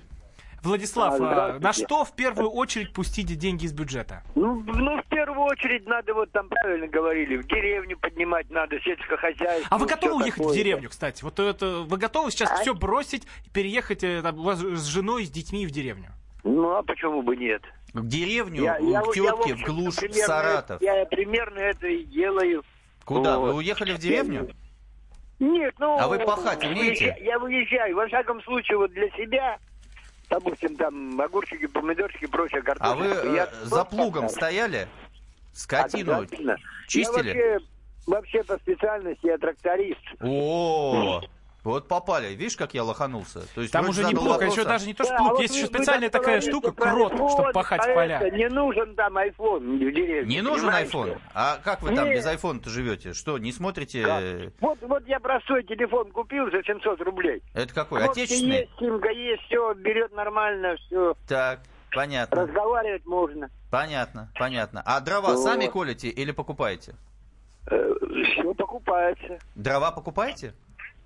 [SPEAKER 2] Владислав,
[SPEAKER 17] А,
[SPEAKER 2] а,
[SPEAKER 17] здравствуйте.
[SPEAKER 2] на что в первую очередь пустите деньги из бюджета?
[SPEAKER 17] Ну, ну, в первую очередь надо, вот там правильно говорили, в деревню поднимать надо, сельскохозяйство.
[SPEAKER 2] А вы готовы
[SPEAKER 17] всё
[SPEAKER 2] уехать
[SPEAKER 17] такое.
[SPEAKER 2] в деревню, кстати? Вот это вы готовы сейчас все бросить и переехать э, там, у вас с женой, с детьми в деревню?
[SPEAKER 17] Ну, а почему бы нет?
[SPEAKER 1] В деревню,
[SPEAKER 17] Я-
[SPEAKER 1] к
[SPEAKER 17] я вот- я, в
[SPEAKER 1] тетке, в
[SPEAKER 17] общем-то,
[SPEAKER 1] глушь, в
[SPEAKER 17] примерно-
[SPEAKER 1] Саратов.
[SPEAKER 17] Я примерно это и делаю.
[SPEAKER 1] Куда? Вы
[SPEAKER 17] Вот.
[SPEAKER 1] уехали в деревню?
[SPEAKER 17] Нет, ну...
[SPEAKER 1] А вы пахать умеете?
[SPEAKER 17] выезжа- Я выезжаю, во всяком случае, вот для себя, допустим, там огурчики, помидорчики, прочее,
[SPEAKER 1] А вы
[SPEAKER 17] картошечка.
[SPEAKER 1] э,
[SPEAKER 17] я
[SPEAKER 1] за плугом
[SPEAKER 17] просто-
[SPEAKER 1] стояли? Скотину
[SPEAKER 17] Обязательно.
[SPEAKER 1] чистили?
[SPEAKER 17] Я вообще, вообще по специальности я тракторист.
[SPEAKER 1] О, вот попали. Видишь, как я лоханулся? То есть
[SPEAKER 2] Там
[SPEAKER 1] вроде
[SPEAKER 2] уже не
[SPEAKER 1] задал
[SPEAKER 2] плуг, а
[SPEAKER 1] вопрос,
[SPEAKER 2] еще
[SPEAKER 1] а-
[SPEAKER 2] даже не то, что
[SPEAKER 17] Да,
[SPEAKER 2] плуг,
[SPEAKER 17] вот
[SPEAKER 2] есть
[SPEAKER 17] вы-
[SPEAKER 2] еще
[SPEAKER 17] вы
[SPEAKER 2] специальная
[SPEAKER 17] так
[SPEAKER 2] такая
[SPEAKER 17] говорите
[SPEAKER 2] штука,
[SPEAKER 17] про
[SPEAKER 2] крот, чтобы
[SPEAKER 17] iPhone,
[SPEAKER 2] пахать
[SPEAKER 17] про
[SPEAKER 2] поля.
[SPEAKER 17] это Не нужен там айфон в деревне.
[SPEAKER 1] Не нужен
[SPEAKER 17] понимаете?
[SPEAKER 1] iPhone? А как вы там
[SPEAKER 17] Нет.
[SPEAKER 1] без айфона-то живете? Что, не смотрите? э,
[SPEAKER 17] Вот, вот я простой телефон купил за 700 рублей.
[SPEAKER 1] Это какой,
[SPEAKER 17] Вот
[SPEAKER 1] отечественный?
[SPEAKER 17] Есть симка, есть все, берет нормально, все.
[SPEAKER 1] Так, понятно.
[SPEAKER 17] Разговаривать можно.
[SPEAKER 1] Понятно, понятно. А дрова
[SPEAKER 17] Вот.
[SPEAKER 1] сами колите или покупаете?
[SPEAKER 17] Все покупается.
[SPEAKER 1] Дрова покупаете?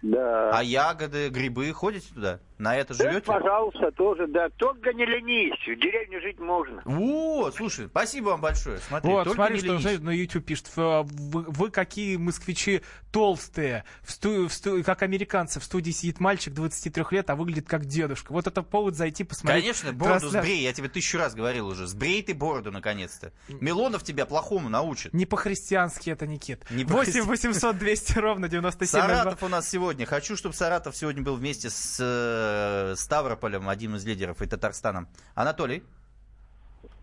[SPEAKER 17] Да.
[SPEAKER 1] А ягоды, грибы ходите туда? На это
[SPEAKER 17] Э,
[SPEAKER 1] живете?
[SPEAKER 17] Пожалуйста, тоже, да. Только не ленись, в деревне жить можно.
[SPEAKER 1] О, слушай, спасибо вам большое. Смотри,
[SPEAKER 2] Вот,
[SPEAKER 1] только
[SPEAKER 2] смотри,
[SPEAKER 1] не
[SPEAKER 2] что
[SPEAKER 1] ленись.
[SPEAKER 2] знаете, на YouTube пишет. э, Вы, вы какие москвичи толстые, в сту- в сту- как американцы. В студии сидит мальчик 23 лет, а выглядит как дедушка. Вот это повод зайти посмотреть.
[SPEAKER 1] Конечно, бороду
[SPEAKER 2] трансляцию.
[SPEAKER 1] сбрей, я тебе тысячу раз говорил уже. Сбрей ты бороду, наконец-то. Милонов тебя плохому научит.
[SPEAKER 2] Не по-христиански это, Никит.
[SPEAKER 1] Не
[SPEAKER 2] 8
[SPEAKER 1] по-христи-
[SPEAKER 2] 800 200 ровно 9702.
[SPEAKER 1] Саратов у нас сегодня. Хочу, чтобы Саратов сегодня был вместе с э, Ставрополем, одним из лидеров, и Татарстаном. Анатолий,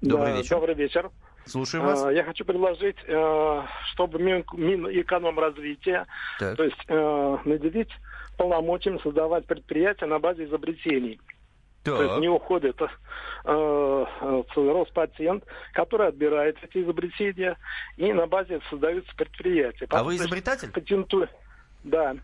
[SPEAKER 1] добрый
[SPEAKER 18] Да,
[SPEAKER 1] вечер.
[SPEAKER 18] Добрый вечер.
[SPEAKER 1] Слушаем вас.
[SPEAKER 18] А, Я хочу предложить, э, чтобы Мин- Минэкономразвитие,
[SPEAKER 1] Так.
[SPEAKER 18] то есть э, наделить полномочиям создавать предприятия на базе изобретений. То есть
[SPEAKER 1] Так.
[SPEAKER 18] не уходы, это э, э, Роспатент, который отбирает эти изобретения, и на базе создаются предприятия.
[SPEAKER 1] А вы изобретатель?
[SPEAKER 18] Патентует. Да.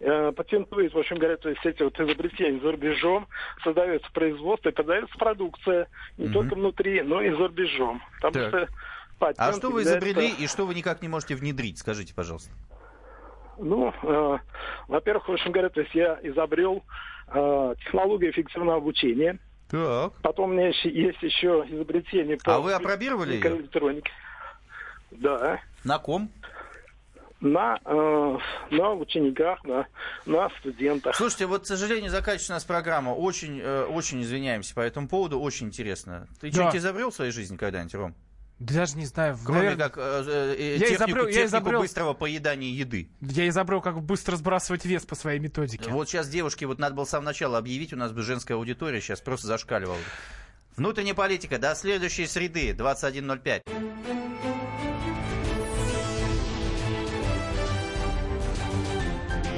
[SPEAKER 18] Э, Патентует, в общем говоря, то есть эти вот изобретения за рубежом, создается производство и продается продукция не
[SPEAKER 1] Мгм.
[SPEAKER 18] только внутри, но и за рубежом. Потому
[SPEAKER 1] Так.
[SPEAKER 18] что
[SPEAKER 1] А
[SPEAKER 18] патент
[SPEAKER 1] что вы
[SPEAKER 18] является-
[SPEAKER 1] изобрели и что вы никак не можете внедрить, скажите, пожалуйста.
[SPEAKER 18] Ну, э, во-первых, в общем говоря, то есть я изобрел э, технологию эффективного обучения.
[SPEAKER 1] Так.
[SPEAKER 18] Потом у меня еще, есть еще изобретение по
[SPEAKER 1] А вы опробировали её?
[SPEAKER 18] микроэлектронике. Да.
[SPEAKER 1] На ком?
[SPEAKER 18] На, э, на учениках, на, на студентах.
[SPEAKER 1] Слушайте, вот, к сожалению, заканчивается у нас программа. Очень, э, очень извиняемся по этому поводу. Очень интересно. Ты
[SPEAKER 2] Да.
[SPEAKER 1] что-нибудь изобрел в своей жизни когда-нибудь, Ром?
[SPEAKER 2] Даже не знаю.
[SPEAKER 1] Кроме
[SPEAKER 2] наверное,
[SPEAKER 1] как э, э, э,
[SPEAKER 2] я
[SPEAKER 1] технику,
[SPEAKER 2] изобрел- я
[SPEAKER 1] технику
[SPEAKER 2] изобрел-
[SPEAKER 1] быстрого поедания еды.
[SPEAKER 2] Я изобрел, как быстро сбрасывать вес по своей методике.
[SPEAKER 1] Вот сейчас девушки, вот надо было с самого начала объявить, у нас бы женская аудитория сейчас просто зашкаливала. Внутренняя политика. До следующей среды, 21.05.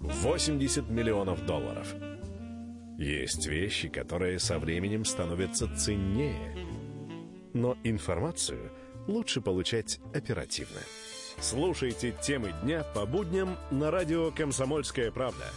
[SPEAKER 19] 80 миллионов долларов. Есть вещи, которые со временем становятся ценнее. Но информацию лучше получать оперативно. Слушайте темы дня по будням на радио «Комсомольская правда».